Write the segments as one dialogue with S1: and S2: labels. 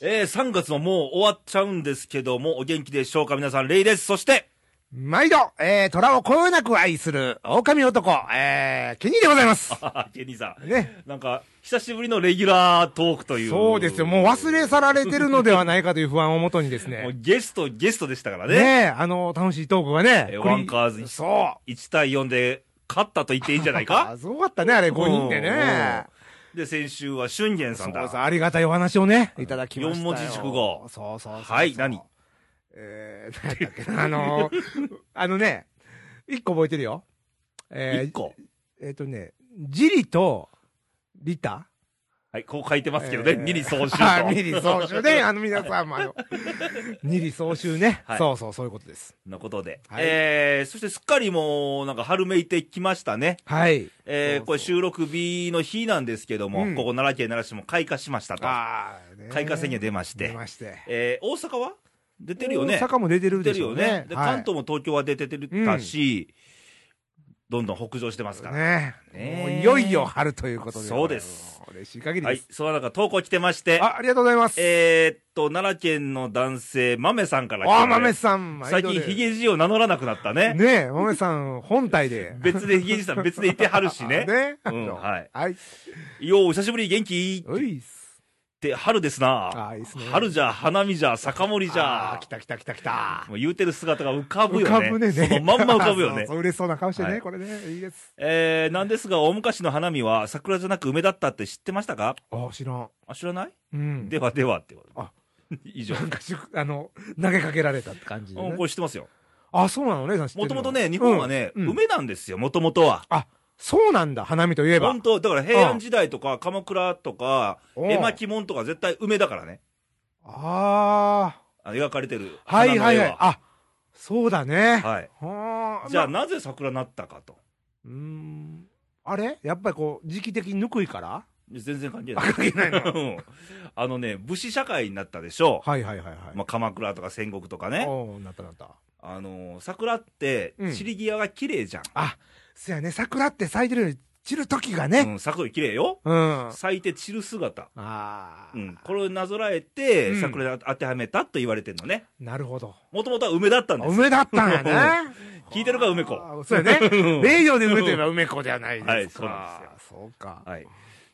S1: えー、3月ももう終わっちゃうんですけども、お元気でしょうか皆さん、レイです。そして、
S2: 毎度、えー、虎をこよなく愛する、狼男、えー、ケニーでございます。
S1: ケニーさん。
S2: ね。
S1: なんか、久しぶりのレギュラートークという。
S2: そうですよ。もう忘れ去られてるのではないかという不安をもとにで す
S1: もう
S2: ね。
S1: ゲスト、ゲストでしたから
S2: ね
S1: ね。
S2: え、あの、楽しいトークがね
S1: え。ー
S2: 繰り
S1: ワンカーズ
S2: そう。
S1: 1対4で、勝ったと言っていいんじゃない
S2: あ
S1: か
S2: すごかったね、あれ、5人でね。
S1: うんで、先週は俊元さん
S2: そうそう、
S1: だ。
S2: ありがたいお話をね、いただきました
S1: 四
S2: よ。
S1: 文字熟語
S2: そうそうそうそう
S1: はい何
S2: えー、何やったっけな、あの ー、あのね、一個覚えてるよ。え
S1: 1
S2: ー、
S1: 個。
S2: えっ、とね、ジリと、リタ
S1: はい、こう書いてますけどね。
S2: えー
S1: 二里総集
S2: あ
S1: と。
S2: 二里総集ね、あの皆さんもあの、二里総集ね、
S1: はい
S2: そうそう、そういうことです。
S1: のことで。
S2: はい
S1: えー、そしてすっかりもう、なんか春めいてきましたね。
S2: はい。
S1: えー
S2: そうそう
S1: これ収録日の日なんですけども、
S2: うん
S1: ここ奈良県奈良市も開花しましたと。
S2: ああ、ね
S1: 開花宣言出まして
S2: 出まして。
S1: えー大阪は出てるよね。
S2: 大阪も出てる
S1: 出
S2: で
S1: て
S2: し
S1: る
S2: ょ
S1: よ
S2: う
S1: ね。
S2: ね。
S1: で、
S2: はい
S1: 関東も東京は出てたし、どんどん北上してますから。
S2: ね
S1: ね
S2: もういよいよ春ということで。
S1: そうです。
S2: 嬉しい限り
S1: は
S2: で
S1: い
S2: す。、
S1: その中投稿来てまして、
S2: あ、ありがとうございます。
S1: えーっと、奈良県の男性、豆さんから来て
S2: あ、
S1: くれ
S2: 豆さん、
S1: 最近ヒゲじいを名乗らなくなったね。
S2: ねえ、豆さん、本体で。
S1: 別でヒゲじいさん別でいてはるし ね。
S2: ね
S1: うんはい。
S2: はい。
S1: よう、久しぶり元気
S2: ういっす。
S1: って春ですな。
S2: あーいいっすね。
S1: 春じゃ、花見じゃ、酒盛りじ
S2: あー
S1: ゃ
S2: 来。た来た来た来た。
S1: もう言うてる姿が浮かぶ
S2: 浮
S1: よね。
S2: かぶね。
S1: そのまんま浮かぶよ
S2: そう
S1: ね
S2: そ。う嬉しそうな顔して
S1: はい
S2: ね、これね。いいです。
S1: えー、なんですが、大昔の花見は桜じゃなく梅だったって知ってましたか
S2: あ、知らん。
S1: あ、知らない、
S2: うん。
S1: ではではってこと。
S2: あ
S1: 以上。
S2: なんかしゅ、 あの、投げかけられたって感じで
S1: うん
S2: ね
S1: こ。れ知ってますよ。
S2: あ、そうなのね、 さん知って
S1: も
S2: る
S1: と
S2: の
S1: もとね、日本はね、
S2: うんうん
S1: 梅なんですよ、もともとは。
S2: あ、そうなんだ、花見といえば
S1: 本。当だから平安時代とか、鎌倉とか、
S2: うん
S1: 絵巻物とか絶対梅だからね。
S2: あ
S1: あの描かれてる
S2: あ。は
S1: 花の
S2: い
S1: 絵は。
S2: はいはい。あ、そうだね。
S1: はい。
S2: は
S1: じゃあ、
S2: ま
S1: なぜ桜なったかと。
S2: うーん。あれやっぱりこう、時期的にぬくいから
S1: 全然関係
S2: あ
S1: ない。
S2: 関係ないの
S1: うんあのね、武士社会になったでしょ。
S2: はいはいはいはい。
S1: まあ、鎌倉とか戦国とか
S2: あ
S1: ね。
S2: おーなったなった。
S1: あのー桜って
S2: う、ん
S1: 散り際が綺麗じゃん。
S2: あ、そやね、桜って咲いてるより散る時が
S1: う
S2: ね。
S1: ん、桜綺麗よ。
S2: うん。あ
S1: 咲いて散る姿。
S2: あー、
S1: うん、これをなぞらえて、
S2: うん
S1: 桜に当てはめたと言われてるのね。
S2: なるほど。
S1: もともとは梅だったんですよ。
S2: 梅だったんやね。
S1: 聞いてるか、梅子。
S2: あーそう やね。名誉で梅といえば梅子ではないですか。
S1: はいそうなん
S2: ですよ。そうか。
S1: はい。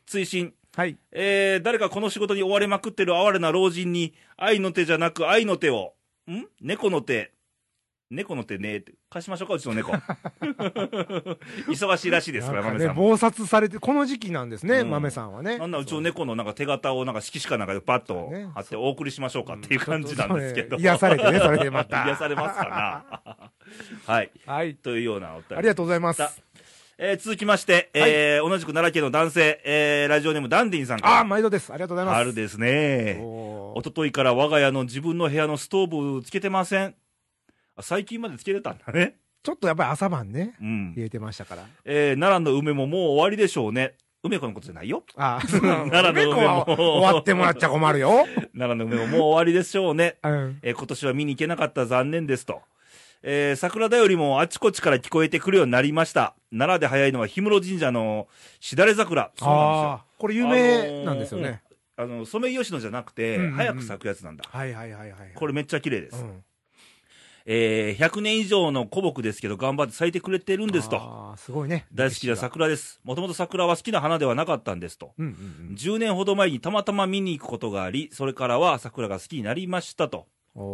S1: 追伸。
S2: はい。
S1: えー、誰かこの仕事に追われまくってる哀れな老人に、愛の手じゃなく愛の手を、ん猫の手。猫の手ねって。貸しましょうか、うちの 猫。 忙しいらしいですから、
S2: なんか
S1: 豆
S2: ね、
S1: さんも。
S2: 忙殺されて、この時期なんですね、
S1: うん
S2: 豆さんはね。
S1: なんならうちの猫のなんか手形をなんか色紙かなんかでパッと
S2: ね
S1: 貼ってお送りしましょうかっていう感じなんですけど。
S2: そうね癒されてね、それでま た。
S1: 癒されますか な。はい。
S2: はい。
S1: というようなお便り
S2: ありがとうございます。
S1: さえー続きまして、えー同じく奈良県の男性、えーラジオネームダンディンさん
S2: あー、
S1: か
S2: 毎度です。ありがとうござい
S1: ら。
S2: ます。
S1: 春ですね。
S2: お
S1: お
S2: ー。
S1: とといから我が家の自分の部屋のストーブをつけてません。あ最近までつけてたんだね。
S2: ちょっとやっぱり朝晩ね、
S1: うん。
S2: 冷えてましたから。
S1: えー奈良の梅ももう終わりでしょうね。梅子のことじゃ ないよ。
S2: あー、そう
S1: 奈良の梅
S2: 梅
S1: も
S2: 子は終わってもらっちゃ困 るよ。
S1: 奈良の梅ももう終わりでしょうね。
S2: うん。
S1: えー今年は見に行けなかった残念ですと。えー桜だよりもあちこちから聞こえてくるようになりました。奈良で早いのは氷室神社のしだれ桜。そうなんですよ。
S2: ああー、これ有名なんですよね。
S1: あの、ソメイヨシノじゃなくて、
S2: うんうんうん
S1: 早く咲くやつなんだ。
S2: はいはいはいはい。
S1: これめっちゃ綺麗です。
S2: うん、
S1: えー、100年以上の古木ですけど、頑張って咲いてくれてるんですと。
S2: あー。すごいね。
S1: 大好きな
S2: 歴史が。
S1: 桜です。もともと桜は好きな花ではなかったんですと。
S2: うんうん
S1: 10年ほど前にたまたま見に行くことがあり、それからは桜が好きになりましたと。
S2: うん。お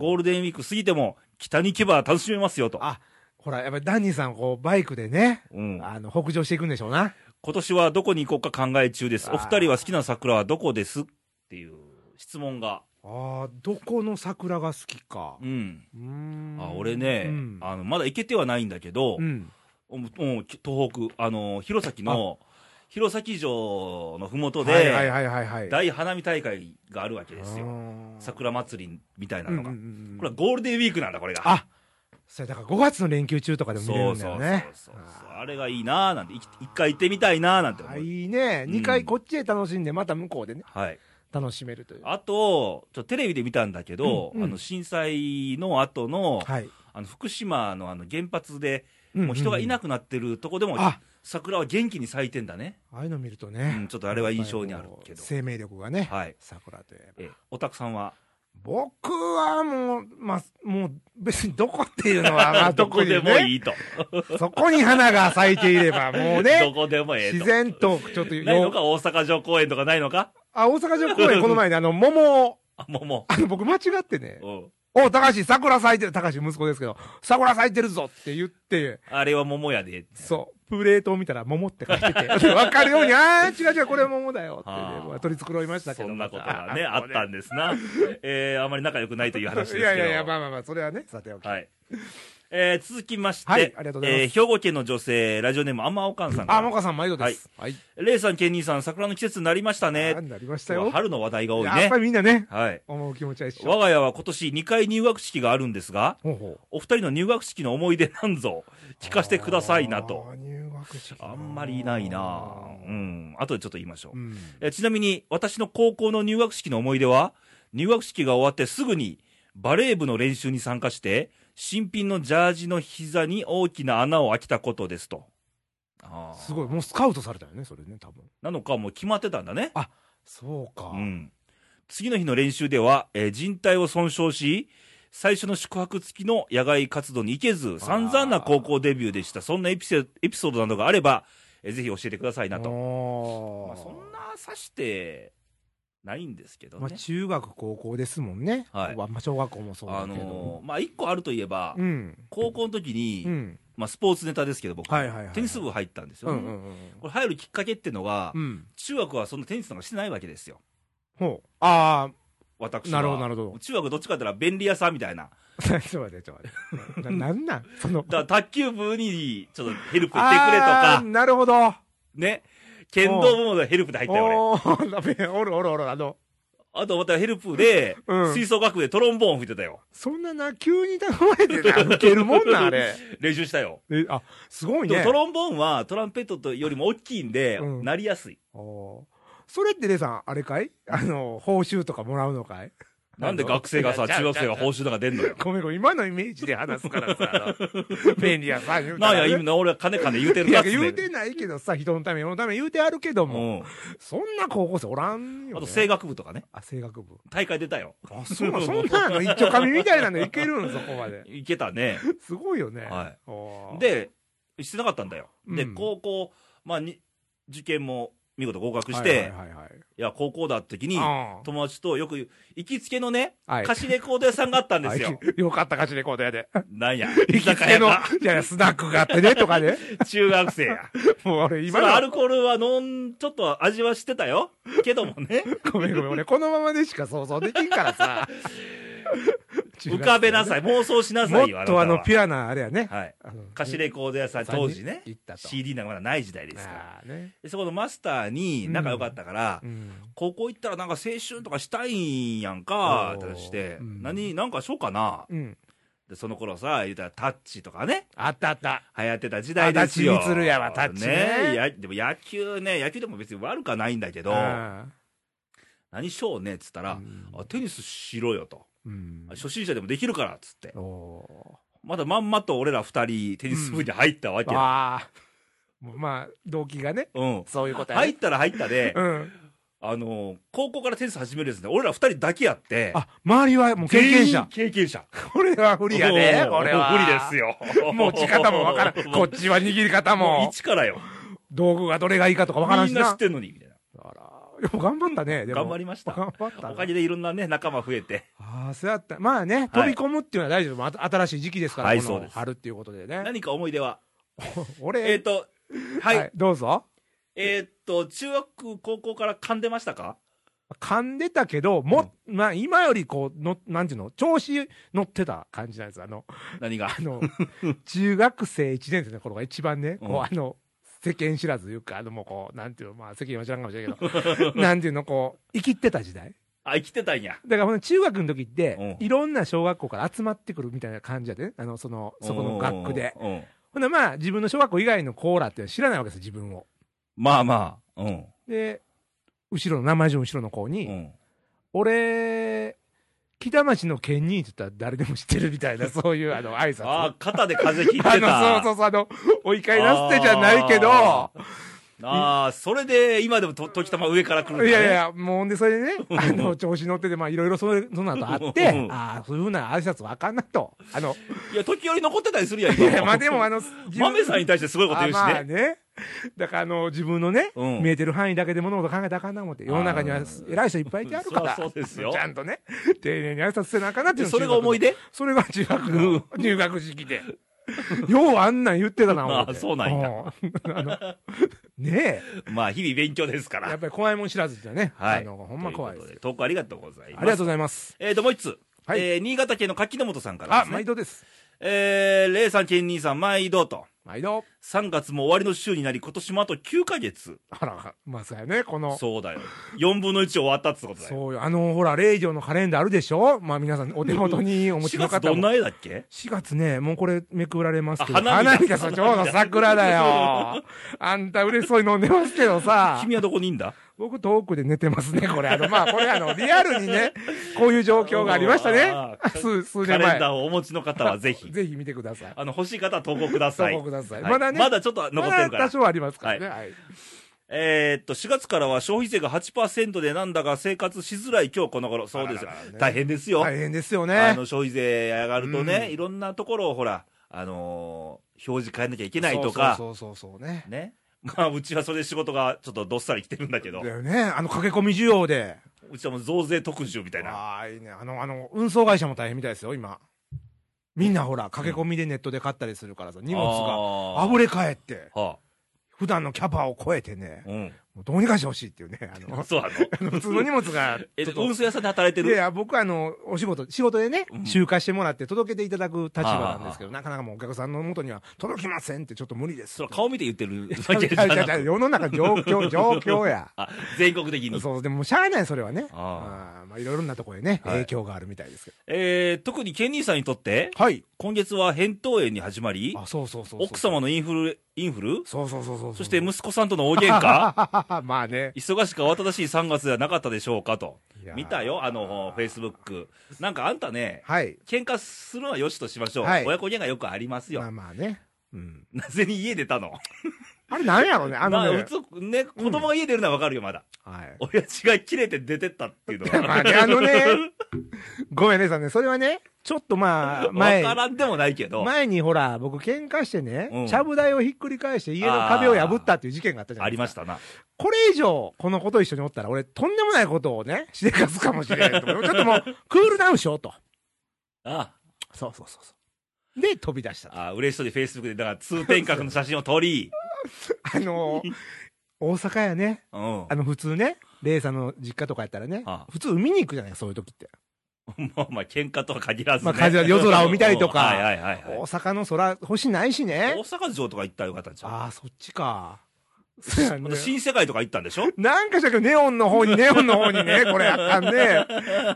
S1: ゴールデンウィーク過ぎても、北に行けば楽しめますよと。
S2: あ、ほら、やっぱりダンニーさん、こう、バイクでね、
S1: うん、
S2: あの、北上していくんでしょうな。
S1: 今年はどこに行こうか考え中です。お二人は好きな桜はどこですっていう質問が。
S2: ああ、どこの桜が好きか。
S1: うん。
S2: うーん
S1: あ俺ね、
S2: うん。
S1: あのまだ行けてはないんだけど、
S2: うん
S1: もうもうき東北、あの弘前の弘前城のふもとで、
S2: はいはいはいはいはい。
S1: 大花見大会があるわけです
S2: あ
S1: よ、
S2: ー
S1: 桜祭りみたいなのが、
S2: うんうんうん
S1: これはゴールデンウィークなんだ、これが。
S2: あそれだから5月の連休中とかでも見れ
S1: そ
S2: る
S1: うん
S2: だ
S1: そうそ
S2: よ
S1: う
S2: ね。
S1: そう、あれがいいなーなんて、い一回行ってみたいなーなんて思
S2: あ
S1: う、
S2: いいね。
S1: うん
S2: 2回こっちで楽しんで、また向こうでね、
S1: はい、
S2: 楽しめるという。
S1: あと、ちょっとテレビで見たんだけど、
S2: うんうん
S1: あの震災の後の、
S2: はい。
S1: あの福島のあの原発で
S2: うん
S1: もう人がいなくなってるとこでも、
S2: あ
S1: 桜は元気に咲いてんだね。
S2: ああいうの見ると
S1: う
S2: ね、
S1: ん、ちょっとあれは印象にあるけど。
S2: 生命力がね、
S1: はい。
S2: 桜といえば
S1: え、おたくさんは、
S2: 僕はもう、まあ、もう別にどこっていうのは、まあ、
S1: どこでもい
S2: い。
S1: いと。
S2: そこに花が咲いていれば、も
S1: ど
S2: うね、
S1: こでもええ
S2: 自
S1: と。
S2: 然と、ちょっと
S1: ないの
S2: よ、
S1: か大阪城公園とかないのか
S2: あ、大阪城公園、この前にあの、桃を、
S1: あ、もうも
S2: あの、僕間違ってね
S1: う。、うん
S2: お、高橋、桜咲いてる、高橋息子ですけど、桜咲いてるぞって言って、
S1: あれは桃やで。
S2: そう、プレートを見たら桃って書い てて、わかるように、あー、違う違う、これ桃だよってね
S1: はあ
S2: まあ取り繕いましたけ
S1: そ
S2: ど。
S1: んなこと
S2: ま
S1: がね、あったんですな。えー、あまり仲良くないという話ですけ
S2: い
S1: ど。
S2: やいやいや、まあまあまあ、それはね、さておき。
S1: はい。えー、続きまして、
S2: はいありがとうございます
S1: えー兵庫県の女性、ラジオネーム、あんまおかんさんか
S2: あ、
S1: ら
S2: も。かさん、毎度です。はい。
S1: レイさん、ケンニーさん、桜の季節になりましたね
S2: あ。なりました
S1: 今日は。
S2: よ
S1: 春の話題が多い
S2: やっ
S1: ね
S2: ぱ。りみんなね、
S1: はい。
S2: 思う気持ちは一
S1: 我
S2: 緒。
S1: が家は今年2回入学式があるんですが、
S2: ほうほう
S1: お二人の入学式の思い出なんぞ、聞かせてくださいなと。
S2: あー。入学式な
S1: あんまりいないなうん。後でちょっと言いましょう
S2: う。ん。
S1: えちなみに、私の高校の入学式の思い出は、入学式が終わってすぐにバレー部の練習に参加して、新品のジャージの膝に大きな穴を開けたことですと。あー
S2: すごい、もうスカウトされたよね、それね、多分。
S1: なのか、もう決まってたんだね。
S2: そうか
S1: う。ん。次の日の練習では、えー人体を損傷し、最初の宿泊付きの野外活動に行けず、散々な高校デビューでした。そんなエピセエピソードなどがあれば、えーぜひ教えてくださいなと。
S2: と
S1: まあ、そんなさして、ないんですけどね。
S2: まあ、中学、高校ですもんね、
S1: はい
S2: まあ、小学校もそうだ
S1: あ
S2: けど
S1: の、ーまあ、一個あるといえば、
S2: うん、
S1: 高校の時に、
S2: うん、
S1: まあ、スポーツネタですけど、僕、
S2: はいはいはい
S1: テニス部入ったんですよ、
S2: うん、うん、うん
S1: これ、入るきっかけっていうのが、
S2: うん、
S1: 中学はそんなテニスなんかしてないわけですよ、
S2: ほう、あ
S1: 私
S2: あ、
S1: は。
S2: なるほど、なるほど、
S1: 中学どっちかって言ったら便利屋さんみたいな。
S2: ちょっと待って、ちょっと待って、ななんなん、その、
S1: だから卓球部にちょっとヘルプしてくれと
S2: あ
S1: か
S2: ー、なるほど、
S1: ね。剣道部もヘルプで入ったよ、俺。
S2: おーだめおるおるおる、あの、
S1: あとまたヘルプで、
S2: うん
S1: 吹奏楽部でトロンボーン吹いてたよ。
S2: そんなな、急に頼まれ てな、受けるもんな、あれ、
S1: 練習したよ。
S2: えあすごい
S1: でも
S2: ね
S1: ト、ロンボーンはトランペットとよりも大きいんで、
S2: うん
S1: なりやすい。
S2: おーそれって、レイさん、あれかい あの、報酬とかもらうのかい
S1: なんで学生がさ、
S2: あの
S1: 中学生が報酬なんか出んのよ。
S2: ごめんごめん、今のイメージで話すからさ、あ の便利やさ、言う
S1: な
S2: たら
S1: ん
S2: ね
S1: や、今、俺は金金言うて
S2: い
S1: る
S2: や
S1: やつねん
S2: 言うてないけどさ、人のため、世のため言うてあるけども、
S1: うん。
S2: そんな高校生おらんよ、ね。
S1: あと、声楽部とかね。
S2: あ、声楽部。
S1: 大会出たよ。
S2: あ、 そうなのそんなの、一丁紙みたいなのいけるの、そこ まで。
S1: いけたね。
S2: すごいよね。
S1: は
S2: おー
S1: い。、で、してなかったんだよ。で、
S2: うん
S1: 高校、まあ、に受験も見事合格し
S2: はい
S1: て、
S2: はいはいはい
S1: いや、高校だった時に、
S2: あ
S1: 友達とよく、行きつけのね、
S2: ーはい
S1: 貸しレコード屋さんがあったんですよ。
S2: はい よかった、勝ちレコードやで。
S1: なんや、
S2: 行
S1: 居
S2: きつ
S1: 酒
S2: け
S1: 屋
S2: の
S1: か、、
S2: いやいや、スナックがあってね、とか ね。
S1: 中学生や。
S2: もう俺、
S1: 今
S2: 今
S1: のア
S2: の、
S1: ルコールは飲ん、ちょっと味はしてたよ。けども ね、
S2: ごめんごめん、俺、このままでしか想像できんから さ。
S1: 浮かべなさ
S2: い。
S1: い、妄想しなさ
S2: も
S1: いよ、
S2: っとあ
S1: な
S2: の、
S1: たは
S2: ピュアな、あれやね。
S1: はい。
S2: あの
S1: 貸しレコード屋さん、当時ね、
S2: 行ったと。
S1: CD なんかまだない時代ですから。
S2: あーね。
S1: でそこのマスターに仲良かったから、
S2: うん
S1: 高校行ったらなんか青春とかしたいんやんか、って話して、
S2: おーうん
S1: 何、なんかしようかな。
S2: うん。
S1: で、その頃さ、言うたらタッチとかね、
S2: あったあった。
S1: 流行ってた時代ですよ。
S2: あタッチみつるやわタッチね
S1: えやでも野球ね、野球でも別に悪くはないんだけど、何しようねっつったら、あ、テニスしろよと。
S2: うん。
S1: 初心者でもできるからっつって。
S2: お
S1: まだまんまと俺ら二人、テニス部に入ったわけ
S2: ー。。わあ。もうまあ、動機がね。
S1: うん。
S2: そういうこと
S1: 入っ。たら入ったで、
S2: うん。
S1: あの、高校からテニス始めるやつね、俺ら二人だけやって、
S2: あ、周りはもう経験者。
S1: 全員経験者。
S2: これは不利やね。
S1: おー
S2: これは。
S1: 無理です よ。
S2: 持ち方も わからん。こっちは握り方
S1: もう
S2: も、
S1: 一からよ。
S2: 道具がどれがいいかとかわからん
S1: み
S2: し
S1: んな知っ
S2: な。
S1: てんのに、みたいな。
S2: あら。よく頑張んだね。でも
S1: 頑張りました
S2: 頑張った
S1: お
S2: な。
S1: かげでいろんなね、仲間増えて。
S2: ああ、そうやった。まあね、飛び込むっていうのは大丈夫。また新しい時期ですから、
S1: はい
S2: この
S1: そうです
S2: 春っていうことでね。
S1: 何か思い出はえっ、
S2: 俺、
S1: ー、と、はい。
S2: どうぞ。
S1: えーっと、中学、高校から噛んでましたか
S2: 噛んでたけど、も、まあ、今よりこう、の、なんていうの、調子乗ってた感じなんです。あの、
S1: 何が。
S2: あの、中学生1年生の頃が一番ね、こう、
S1: うん
S2: あの、世間知らずいうか、あの、もうこう、なんていうの、まあ、世間は知らんかもしれんけ ど、なんていうの、こう、生きってた時代。
S1: あ、生きてたんや。
S2: だから、ほんで中学の時って、
S1: うん
S2: いろんな小学校から集まってくるみたいな感じやで、ね、あの、その、そこの学区で。
S1: うん。うん
S2: ほんで、まあ、自分の小学校以外のコーラっていうのは知らないわけですよ、自分を。
S1: まあまあ。うん。
S2: で、後ろの、名前順後ろの子に、
S1: うん。
S2: 俺、北町の県人って言ったら誰でも知ってるみたいな、 そういう、あの、挨拶。
S1: ああ、肩で風邪ひい て
S2: あの、
S1: た。
S2: そうそうそう、あの、追い返らせてじゃないけど、
S1: あああ、それで今でもと時たま上から来るんだ、ね。
S2: いやいや、もうほんで、それでね、あの、調子乗ってて、まあ、いろいろそれ、その後あっ
S1: う
S2: て
S1: ん、
S2: ああ、そういうふうな挨拶わかんなと。あの、
S1: いや、時折残ってたりするやん、
S2: い
S1: 今
S2: や、まあでも、あの、自分
S1: 豆さんに対してすごいこと言うし
S2: あまあ
S1: ね。
S2: ね。だから、あの、自分のね、
S1: うん
S2: 見えてる範囲だけで物事考えたらあかんな思って、世の中には偉い人いっぱいいてあるから、
S1: そうそうですよ
S2: ちゃんとね、丁寧に挨拶せなあかんなってい
S1: で
S2: うの
S1: それが思い
S2: 出
S1: 出
S2: それが中学の入学式で。ようあんなん言って たな、思って
S1: あそうなんや
S2: うん あのね
S1: まあ、日々勉強ですか
S2: え、やっ
S1: ら。
S2: ぱり怖いもん知らずだね。
S1: はい。
S2: あの、ほんま怖い
S1: と
S2: です。
S1: うことで。投稿ありがとうございます。
S2: ありがとうございます。
S1: えーと、もう一つ。
S2: はい
S1: えー新潟県の柿の本さんからで
S2: あ、
S1: す、ね。
S2: 毎度です。
S1: えー、レイさん、ケンニーさん、毎度と。
S2: 毎度。
S1: 3月も終わりの週になり、今年もあと9ヶ月。
S2: あら、まあ、そうやね、この。
S1: そうだよ。4分の1終わったってことだよ。
S2: そうよ。あの、ほら、霊場のカレンダーあるでしょまあ、皆さん、お手元にお持ち
S1: 4
S2: の
S1: 月
S2: 方も
S1: どん。な絵だっけ
S2: 4月ね、もうこれめくられますけど、
S1: あ花
S2: 花
S1: 火
S2: 火
S1: だ
S2: がさ、ちょうど桜 だよ。あんた嬉しそうに飲んでますけどさ、
S1: 君はどこにいんだ
S2: 僕遠くで寝てますね、これ。あの、まあ、これあの、リアルにね、こういう状況がありましたね
S1: あ。
S2: 数、数
S1: カ
S2: 年
S1: レン
S2: 前
S1: ダ。ーをお持ちの方はぜひ。
S2: ぜひ見てください。
S1: あの、欲しい方は投稿ください。
S2: 投稿ください
S1: はい
S2: まだね
S1: まだちょっと残ってるか
S2: まあ
S1: ら
S2: 多。少ありますからね。はい。
S1: えーっと、4月からは消費税が8%でなんだか生活しづらい今日この頃。そうですよ
S2: あららら。ね
S1: 大変ですよ。
S2: 大変ですよ
S1: あ
S2: ね。
S1: の消費税上がるとね、
S2: うん
S1: いろんなところをほら、あのー表示変えなきゃいけないとか、
S2: そうそうそうそうそうね。
S1: ね。 まあ、うちはそれで仕事がちょっとどっさり来てるんだけど
S2: だ、よね。あの、駆け込み需要で。
S1: うちはもう増税特需みたいな。
S2: ああ、いいね。あの、あの、運送会社も大変みたいですよ、今。みんなほら、駆け込みでネットで買ったりするからさ、荷物が。
S1: が
S2: あぶれ返って、
S1: は
S2: 普段のキャパを超えてね
S1: あ、、うん。
S2: もうどうにかしてほしいっていうね、あ の、
S1: そうなの
S2: 普通の荷物が、
S1: え、
S2: ちょっと
S1: 運送屋さんで働いて
S2: い
S1: る
S2: やいや、僕あの、お仕事、仕事でね
S1: うん、
S2: 集荷してもらって届けていただく立場なんですけど、なかなかもうお客さんの元には届きませんってちょっと無理です
S1: そ
S2: っ
S1: れ
S2: て。
S1: 顔見て言ってる
S2: い
S1: わ
S2: や
S1: け
S2: い
S1: じ
S2: や
S1: ゃ
S2: いや
S1: ない
S2: や世の中状 況、状況や。
S1: あ、全国的に。
S2: そう、でもしゃあない、それはね。
S1: あ
S2: あーまあ、いろいろなところへね、
S1: はい
S2: 影響があるみたいですけ
S1: えー、特にケニーさんにとって、
S2: ど。はい。
S1: 今月は扁桃炎に始まり、
S2: あ、そうそうそうそう。
S1: 奥様のインフル、インフル
S2: そうそうそうそう。
S1: そして
S2: 無
S1: 息子さんとの大喧嘩
S2: まあね。
S1: 忙しく慌ただしい3月ではなかったでしょうかと
S2: いや。ー
S1: 見たよ、あの、フェイスブック。なんかあんたね、
S2: はい。
S1: 喧嘩するのはよしとしましょう。
S2: はい
S1: 親子喧嘩よくありますよ。
S2: まあまあね。うん。
S1: なぜに家出たの
S2: あれなんやろうね、あ
S1: まあ、
S2: の
S1: う
S2: ね。
S1: つ、ね、子供が家出るのはわかるよ、まだ。
S2: はい。
S1: 親父が切れて出てったっていうの
S2: まあ
S1: は。
S2: ね、あのね、ごめんね、さんね、それはね、ちょっとまあ、
S1: わ
S2: 前、
S1: からんでもないけど。
S2: 前にほら、僕喧嘩してね
S1: うん、
S2: ちゃぶ台をひっくり返して家の壁を破ったっていう事件があったじゃ
S1: あ
S2: ない
S1: り
S2: ですか。
S1: ましたな。
S2: これ以上、この子と一緒におったら、俺、とんでもないこと をね、しでかすかもしれんと思う。ちょっともう、クールダウンしようと。
S1: あ
S2: そうそうそうそう。で、飛び出したと。
S1: あ、嬉しそうにフェイスブックで、だから通天閣の写真を撮り、
S2: あのー大阪やね、
S1: うん。
S2: あの、普通ね、レイさんの実家とかやったらね
S1: ああ、
S2: 普通海に行くじゃない、そういう時って。
S1: まあまあ、喧嘩とは限らず、ね。
S2: まあ限らず夜空を見たりとか
S1: はいはいはい、はい
S2: 大。阪の空、星ないし
S1: 大
S2: ね。
S1: 阪城とか行ったらよかったんじゃん。
S2: ああ、そっちか。そうや
S1: ま
S2: ね
S1: た新世界とか行ったんでしょ
S2: なんかしたけど、ネオンの方 に、ネオンの方にね、これあかんね。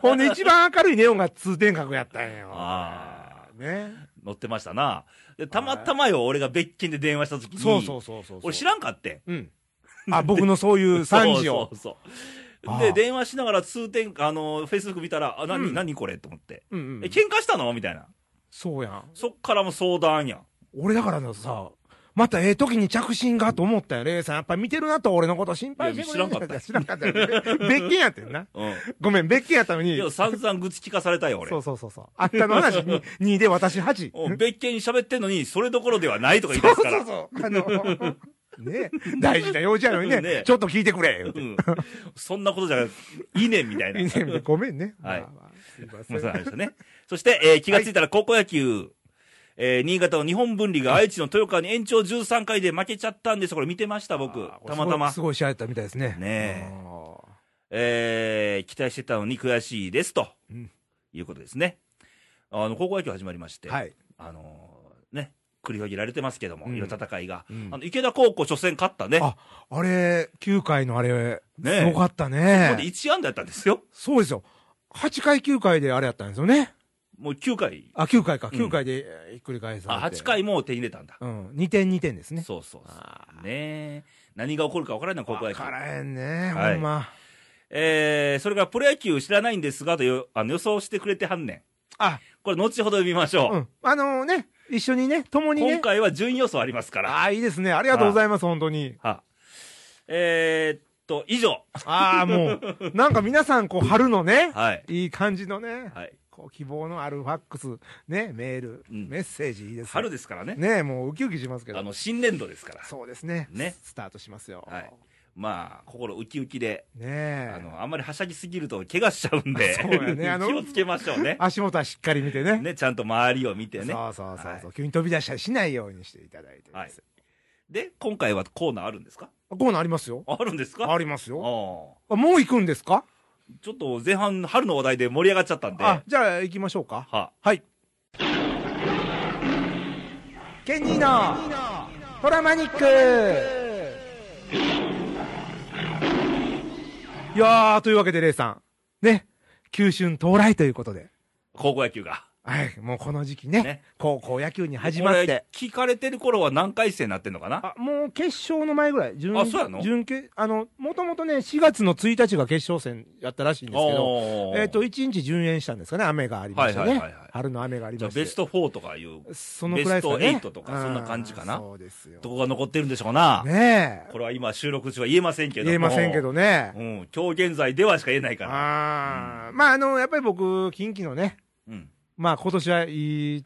S2: ほんで、一番明るいネオンが通天閣やったんよ。
S1: あ
S2: ね。
S1: 乗ってましたな。で、たまたまよ、俺が別件で電話した時に。
S2: そうそうそうそう。
S1: 俺知
S2: ら
S1: らんかって。
S2: うん。あ、僕のそういう惨事を
S1: そ。うそうそう。
S2: あ
S1: で、
S2: ー
S1: 電話しながら通天、あの、フェイスブック見たら、あ、何、
S2: うん
S1: 何これと思って。
S2: うんう
S1: え、
S2: ん。
S1: 喧嘩したのみたいな。
S2: そうやん。
S1: そっからもう相談やん。
S2: 俺だからのさ、またええ時に着信がと思ったよ。レイさん、やっぱ見てるなと俺のこと心配してくれる
S1: いや
S2: 知らんかったよ。別件やってんな。
S1: うん。
S2: ごめん、別件やったのに
S1: い。や、散々愚痴聞かされたよ、俺。
S2: そうそうそうそう。あったの話に、2で私8。
S1: うん別件に喋ってんのに、それどころではないとか言い
S2: そ
S1: 出
S2: う
S1: すから。
S2: そうそう。あの、ね 大事な用事やのに
S1: ね
S2: ね、ちょっと聞いてくれ。言うて
S1: うん。そんなことじゃ、いいねんみたいな。
S2: いいねごめんね。
S1: はい
S2: まあまあすいま
S1: ごめん
S2: せ
S1: なさいあ
S2: ん。
S1: りましたね。そして、えー気がついたら高校野球、えー新潟の日本分離が愛知の豊川に延長13回で負けちゃったんです。これ見てました、僕
S2: あ。ー。
S1: たまたます
S2: ごいすごい試合だったみたいですね。
S1: ねえ
S2: あ
S1: えー期待してたのに悔しいです、と
S2: うん
S1: いうことですね。あの、高校野球始まりまして、
S2: ーはい。
S1: あのーね、繰り広げられてますけども、
S2: うん
S1: いろんな戦いが。
S2: うん
S1: あの、池田高校初戦勝ったね。
S2: ああれ、9回のあれ、
S1: ねえ
S2: すごかった
S1: これで
S2: ね。
S1: 1安打やったんですよ。
S2: そうですよ。8回、9回であれやったんですよね。
S1: もう9回、
S2: あ、9回か。
S1: うん
S2: 9回でえーひっくり返さ
S1: あ、
S2: れ
S1: 8。
S2: て。
S1: 回も手に入れたんだ。
S2: うん。2点、2点ですね。
S1: そうそうそ
S2: あ
S1: う。ねえ何が起こるか分からない、高校
S2: わ
S1: 野球。
S2: からへんね、
S1: はい
S2: ほんま。
S1: えー、それからプロ野球知らないんですがというあの予想してくれてはんねん。
S2: あ、
S1: これ後ほど読みましょう。
S2: うん。あのね、一緒にね、共に
S1: 今
S2: ね。
S1: 回は順位予想ありますから。
S2: ああ、いいですね。ありがとうございます、本当に。
S1: はえー、っと、以 上。
S2: ああ、も う、なんか皆さん、こう、春のね、
S1: はい。
S2: いい感じのね、
S1: はい。
S2: こう、希望のあるファックス、ね、メール、
S1: うん
S2: メッセージ、いいですね。
S1: 春ですからね。
S2: ね、もう、ウキウキしますけ
S1: あ
S2: ど。
S1: の、新年度ですから。
S2: そうですね。
S1: ね
S2: スタートしますよ。
S1: はいまあ、心ウキウキで、
S2: ねえ。
S1: あの、あんまりはしゃぎすぎると怪我しちゃうんで、
S2: そうやねあの
S1: 気をつけましょうね。
S2: 足元はしっかり見てね。
S1: ね、ちゃんと周りを見てね。
S2: そうそうそうそう、
S1: は
S2: 急に飛び出したりしないようにしていただいてです、
S1: はいで、今回はコーナーあるんですか
S2: コーナーありますよ。
S1: あるんですか
S2: あ
S1: る
S2: りますよ。
S1: よ。
S2: あもう行くんですか
S1: ちょっと前半、春の話題で盛り上がっちゃったんで、
S2: あ
S1: は、
S2: じゃあ行きましょうか。
S1: あ
S2: はい。ケニーのトラマニックいやー、というわけで、レイさん。ね。九春到来ということで。
S1: 高校野球が。
S2: はい、もうこの時期ね。
S1: ね
S2: 高校野球に始まっ
S1: これ
S2: て。
S1: 聞かれてる頃は何回戦になってんのかな
S2: あ、もう決勝の前ぐらい。準
S1: あそうやの
S2: 準決、あの、もともとね、4月の1日が決勝戦やったらしいんですけど、
S1: おー
S2: えっ、と、1日順延したんですかね、雨がありましたね。
S1: はいはいはいはい
S2: 春の雨があり
S1: じゃ
S2: ま
S1: あ
S2: した
S1: ベスト4とかいう
S2: そのくらいですかね。
S1: ベスト8とかそんな感じかな
S2: うんそうですよ。
S1: とこが残ってるんでしょうな、
S2: ねえ。
S1: これは今収録中は言えませんけども
S2: 言えませんけ、どね
S1: う。ん、今日現在ではしか言えないから、
S2: あーまあ、あの、やっぱり僕、近畿のね、
S1: うん、
S2: まあ今年はいい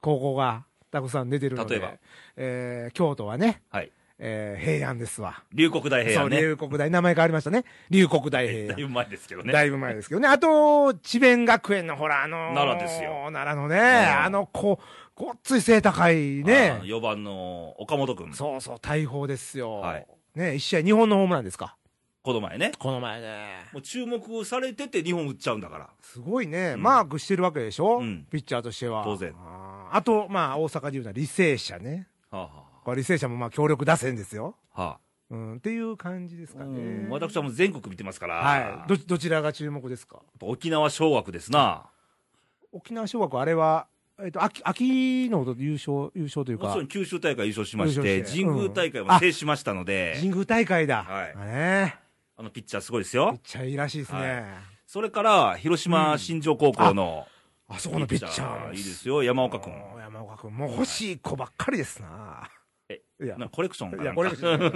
S2: 高校がたくさん出てるの
S1: 例え
S2: で、
S1: ば
S2: えー京都はね、
S1: はい
S2: えー平安ですわ。
S1: 龍谷大平
S2: そう、
S1: 安ね
S2: 龍谷大、名前変わりましたね。龍谷大平
S1: だ
S2: 安
S1: い。ぶ前ですけどね
S2: だいぶ前ですけどね。あと、智弁学園のほら、あのー
S1: 奈良ですよ
S2: 奈良のね、
S1: ん
S2: あの子、ごっつい背高い
S1: あー
S2: ね。
S1: 4番の岡本君
S2: そうそう、大砲ですよ。
S1: はい
S2: ね、一試合日本のホームランですか。
S1: この前ね
S2: この前ね。
S1: もう注目されてて2本打っちゃうんだから
S2: すごいね、
S1: うん
S2: マークしてるわけでしょ、
S1: うん
S2: ピッチャーとしては。
S1: 当然
S2: あーあと、まあ、大阪でいうのは履正社ね。
S1: は
S2: これ履正社もまあ強力打線ですよ。
S1: あはあは
S2: うん、っていう感じです
S1: あ
S2: か
S1: うん
S2: ね。
S1: 私はもう全国見てますから、
S2: はい。
S1: やっ
S2: ど、どちらが注目ですか
S1: ぱ沖縄小学ですな
S2: 沖縄小学校あれは、えっ、と、秋、秋の優勝、優勝という
S1: も
S2: か
S1: ちろん、九州大会優勝しまして
S2: 優勝して
S1: 神宮大会も制しましたので、
S2: 神宮大会だ。
S1: はい
S2: ね
S1: あのピッチャーすごいです
S2: め
S1: よ
S2: っちゃいいらしいですね。
S1: はそれから広島新庄高校の、
S2: あそこのピッチャー。
S1: いいですよ、山岡君。
S2: もう山岡君。もう欲しい子ばっかりですな。
S1: え
S2: いや
S1: なコレクションか
S2: い
S1: な
S2: や、
S1: ん
S2: こ
S1: か
S2: れ、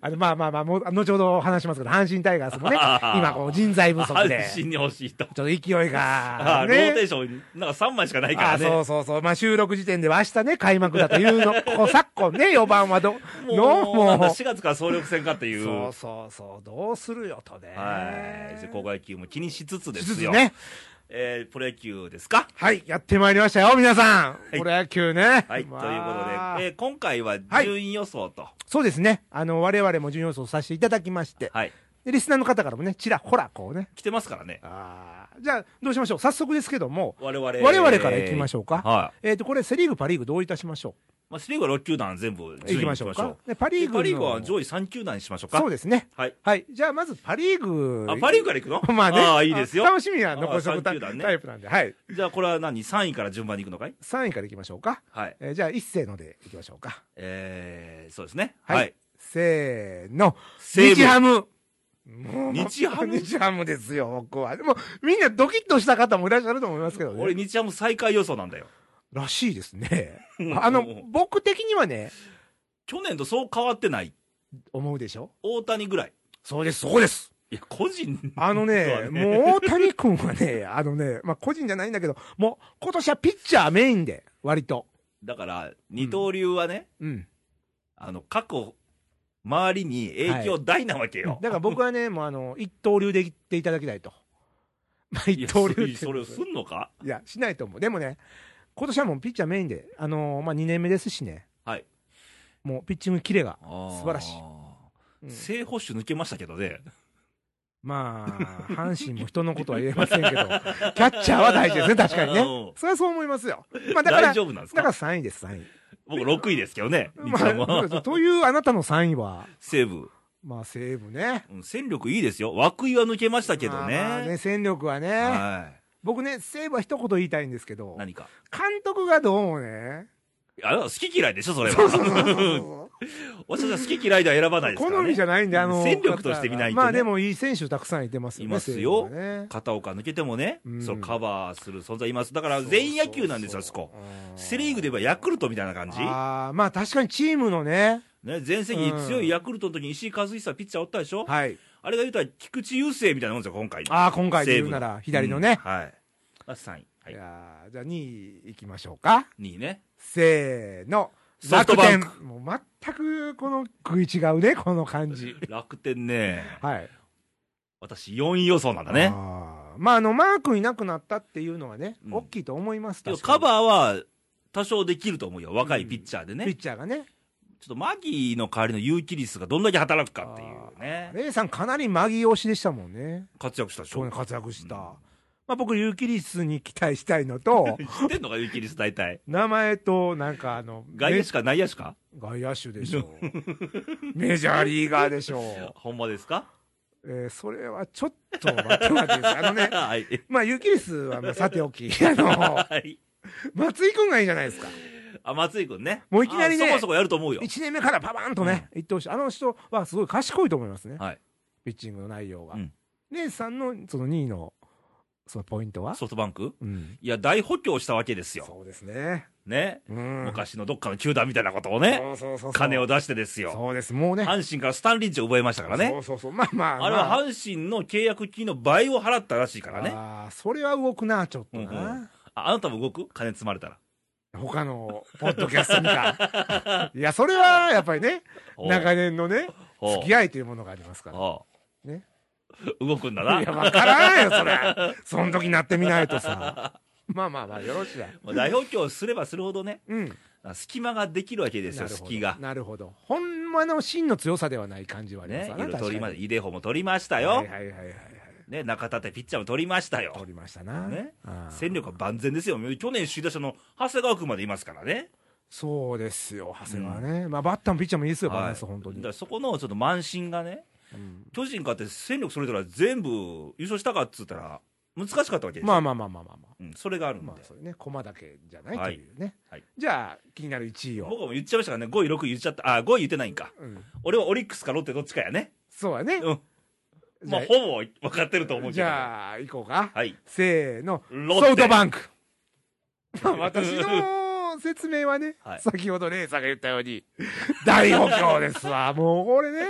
S2: あの、まあまあまあ、もう、後ほど話しますけど、阪神タイガースもね、今、こう、人材不足で
S1: 阪、神に欲しいと。
S2: ちょっと勢い
S1: あ
S2: が、
S1: ーローテ
S2: ね。
S1: ーション、なんか3枚しかないか
S2: あ
S1: ら
S2: ーそ
S1: ね。
S2: うそうそう。まあ、収録時点では明日ね、開幕だという の、こう昨今ね、4番はど、の、
S1: もう、なんだ
S2: もう、
S1: 4月から総力戦かっていう。
S2: そうそうそう、どうするよとね。
S1: はい。じゃあ高校野球も気にしつつで
S2: しつ
S1: す
S2: つ
S1: よ。
S2: ね。
S1: えープロ野球ですか
S2: はい、やってまいりましたよ、皆さん。
S1: い
S2: プロ野球ね。
S1: はい、
S2: まあ
S1: ということで、えー今回は
S2: はい
S1: 順位予想と。
S2: そうですね。あの、我々も準予想させていただきまして、
S1: はい。
S2: でリスナーの方からもね、ちらほら、こうね。
S1: 来てますからね。
S2: あーじゃあ、どうしましょう。早速ですけども、
S1: 我々。
S2: 我々からいきましょうか。
S1: はい。
S2: えっ、と、これ、セ・リーグ、パ・リーグ、どういたしましょ
S1: まあ、セリーグは6球団全部
S2: う。い
S1: 順位
S2: き
S1: い
S2: ましょうか。でパ・リー
S1: で
S2: グの。
S1: パ・リーグは上位3球団にしましょうか。
S2: そうですね。
S1: はい。
S2: はい。じゃあ、まず、パ・リーグ。
S1: あ、パ・リーグから行くの
S2: まあね。
S1: あーいいですよ
S2: あ。楽しみは残しと
S1: あー
S2: くタ
S1: 三球
S2: イプ、
S1: 団ね
S2: タイプなんで。はい。
S1: じゃあこれは何 ?3 位から順番に行くのかい
S2: 3位からいきましょうか。
S1: はい。
S2: えーじゃあ、一斉のでいきましょうか。
S1: えー、そうですね。
S2: はい。
S1: はい。
S2: せーの。
S1: 西武
S2: 日ハム。もう
S1: 日ハム
S2: 日ハムですよ、僕は。でも、みんなドキッとした方もいらっしゃると思いますけど
S1: 俺、
S2: ね。
S1: 日ハム最下位予想なんだよ。
S2: らしいですね。あの
S1: もう、
S2: 僕的にはね、
S1: 去年とそう変わってない。
S2: 思うでしょ
S1: 大谷ぐらい。
S2: そうです、そこです。
S1: いや、個人。
S2: あの
S1: そ
S2: ね、
S1: うだね
S2: もう大谷君はね、 あのね、まあ、個人じゃないんだけど、もう、今年はピッチャーメインで、割と。
S1: だから、二刀流はね、
S2: うん。
S1: あの、過去、周りに影響大なわけよ。
S2: だから僕はね、もうあの、一刀流でいっていただきたいと。 まあ、
S1: い
S2: 一
S1: や
S2: 刀流っ
S1: そ
S2: て
S1: れそれをすんのか
S2: いや、しないと思う。でもね、今年はもうピッチャーメインで、あのーまあ、2年目ですしね、
S1: はい。
S2: もうピッチングキレが、
S1: 素
S2: 素晴らしいうん
S1: 正捕手抜けましたけど ね。
S2: まあ、阪神も人のことは言えませ んけど、キャッチャーは大事ですね、確かにね
S1: うん。
S2: それはそう思いますよ。まあ、だから、
S1: 大
S2: だ
S1: 丈夫なんです
S2: から
S1: か
S2: 3位です、3位。
S1: 僕6位ですけどね。日
S2: ま
S1: ハムは。
S2: あ、というあなたの3位は、
S1: 西武。
S2: まあ、西武ね。
S1: うん戦力いいですよ。涌井は抜けましたけど
S2: まあ
S1: ね。
S2: ね、戦力はね。
S1: は
S2: 僕ね、西武は一言言いたいんですけど
S1: い。、何か。
S2: 監督がどうもね、
S1: あ好き嫌いでしょ、それは。
S2: そうそうそうそう
S1: おっしゃる好き嫌いでは選ばないですからね。
S2: 好みじゃないんで、あの、
S1: 戦力として見ないとね
S2: まあでもいい選手たくさんいてますよね。
S1: いますよ
S2: 西武はね
S1: 片岡抜けてもね、
S2: うん
S1: そうカバーする存在います。だから全員野球なんですよ、あそこ。。セ・リーグで言えばヤクルトみたいな感じ。
S2: ああ、まあ確かにチームのね。
S1: ね、全盛期に強いヤクルトの時に石井和久ピッチャーおったでしょ、
S2: はい。
S1: あれが言うたら菊池雄星みたいなもんですよ、今回。
S2: ああ、今回で
S1: 西
S2: 言
S1: 武
S2: うなら、左のね。
S1: うんはい。が3位。はいい、
S2: やーじゃあ2位いきましょうか。
S1: 2位ね。
S2: せーの。
S1: ソフトバンク
S2: 楽天。もう全くこの食い違うね、この感じ。
S1: 楽天ね。
S2: はい。
S1: 私4位予想なんだね。
S2: あーまあ、あの、マー君いなくなったっていうのはね、
S1: うん
S2: 大きいと思います。
S1: でも
S2: 確か
S1: カ
S2: に
S1: バーは多少できると思うよ。若いピッチャーでね。
S2: ピ
S1: ちょ
S2: ッチャーが
S1: っ
S2: ね。
S1: とマギーの代わりのユーキリスがどんだけ働くかっていうね。
S2: レイさんかなりマギー推しでしたもんね。
S1: 活躍したでし
S2: 去
S1: ょ
S2: 年。活躍した。
S1: うん、
S2: まあ僕、ユーキリスに期待したいのと
S1: 知ってんのか、ユーキリス大体。
S2: 名前と、なんかあの、
S1: 外野
S2: メ
S1: しか内野しか
S2: 外野手でしょう。メジャーリーガーでしょう。
S1: ほんまですか
S2: えーそれはちょっと待って待ってです。あのね、
S1: はい。
S2: まあユーキリスはまあさておき、あの、
S1: はい。
S2: 松井くんがいいじゃないですか。
S1: あ、松井君ね。
S2: もういきなりね
S1: あそこそこやると思うよ。
S2: 1年目からパバーンとね、いってほしい。あの人はすごい賢いと思いますね。
S1: はい
S2: ピッチングの内容が。
S1: うん
S2: 姉さんのその2位の、そのポイントは
S1: ソフトバンク
S2: うん。
S1: いや、大補強したわけですよ。
S2: そうですね。
S1: ね。
S2: うん
S1: 昔のどっかの球団みたいなことをね、
S2: そうそうそうそう
S1: 金を出してですよ。
S2: そうです、もうね。
S1: 阪神からスタンリッジを奪いましたから
S2: そ
S1: ね。
S2: うそうそう。まあまあ、ま
S1: あれは阪神の契約金の倍を払ったらしいからね。
S2: あーそれは動くな、ちょっとな。
S1: うんああなたも動く金積まれたら。
S2: 他のポッドキャストみた い。いや、それはやっぱりね、
S1: おう
S2: 長年のね、
S1: おう
S2: 付き合いというものがありますから。
S1: おう
S2: ね
S1: 動くんだ
S2: いや、
S1: な。
S2: わからんよ、それ。その時になってみないとさ。まあまあまあ、よろしいだ。
S1: まあ大補強すればするほどね、
S2: うん。
S1: 隙間ができるわけです
S2: な
S1: よ、
S2: るほ
S1: 隙
S2: ど
S1: が。。
S2: なるほど。ほんまの真の強さではない感じはあります
S1: ね
S2: わ、な
S1: 色取りま
S2: 確かに
S1: 井出穂も取りました
S2: は
S1: よ
S2: い。はいはいはい。
S1: ね、中田ってピッチャーも取りましたよ
S2: 取。りましたな。
S1: ね
S2: あー
S1: 戦力は万全ですよ。去年首位打者の長谷川君までいますからね。
S2: そうですよ、長谷川ね。まあ、バッターもピッチャーもいいですよ、バランス、本当
S1: だ
S2: に
S1: か。らそこのちょっと慢心がね、巨人かって戦力それぞれ全部優勝したかっつったら、難しかったわけですよ、
S2: まあまあまあまあまあまあ。
S1: うん、それがあるんで、
S2: まあ、それね、駒だけじゃない
S1: は
S2: と
S1: い
S2: いうね。
S1: はい
S2: じゃあ、気になる1位を。
S1: 僕はもう言っちゃいましたからね、5位、6位言っちゃった、あ5位言ってないんか、
S2: うん
S1: 俺はオリックスかロッテどっちかやね、
S2: そうやね。
S1: うん、
S2: じ
S1: ま
S2: ゃ
S1: あ、
S2: あ
S1: ほぼ分かってると思うけど、
S2: じゃあ、行こうか。
S1: はい、
S2: せーの。
S1: ロッテ
S2: ソフトバンク。 まあ、私の説明はね、
S1: はい
S2: 先ほどレイさんが言ったように、大補強です わ。もう、これね。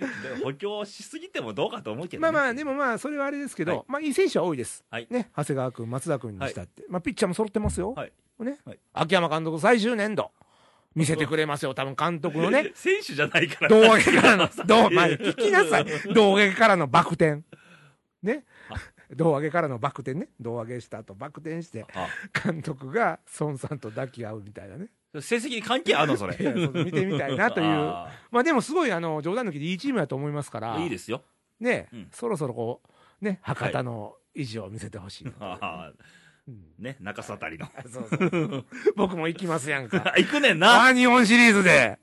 S1: で補強しすぎてもどうかと思うけど、
S2: まあまあ、で
S1: も、
S2: もまあ、それはあれですけど、
S1: はい
S2: まあ、いい選手は多いです。
S1: はい
S2: ね、長谷川君、松田君にしたって。まあ、ピッチャーも揃ってますよ。
S1: はい
S2: ね
S1: はい、
S2: 秋山監督、最終年度、見せてくれますよ。多分、監督のね
S1: 選手じゃないから、
S2: 胴上げからの、胴、まあ、聞きなさい。胴上げからのバク転。ね
S1: あ。
S2: 胴上げからのバク転ね。胴上げした後、バク転して、
S1: あ
S2: 監督が孫さんと抱き合うみたい なね。
S1: 成績に関係あるの、それ。
S2: いやそう見てみたいなという。
S1: あ
S2: まあでもすごいあの冗談抜きでいいチームだと思いますから。
S1: ーいいですよ、
S2: ね、
S1: うん
S2: そろそろこう、ね、博多の意地を見せてほしいなと、
S1: あ
S2: うん
S1: ーね、中洲あたりの。
S2: そうそう僕も行きますやんか。
S1: あ行くねんな、
S2: ああ、日本シリーズで。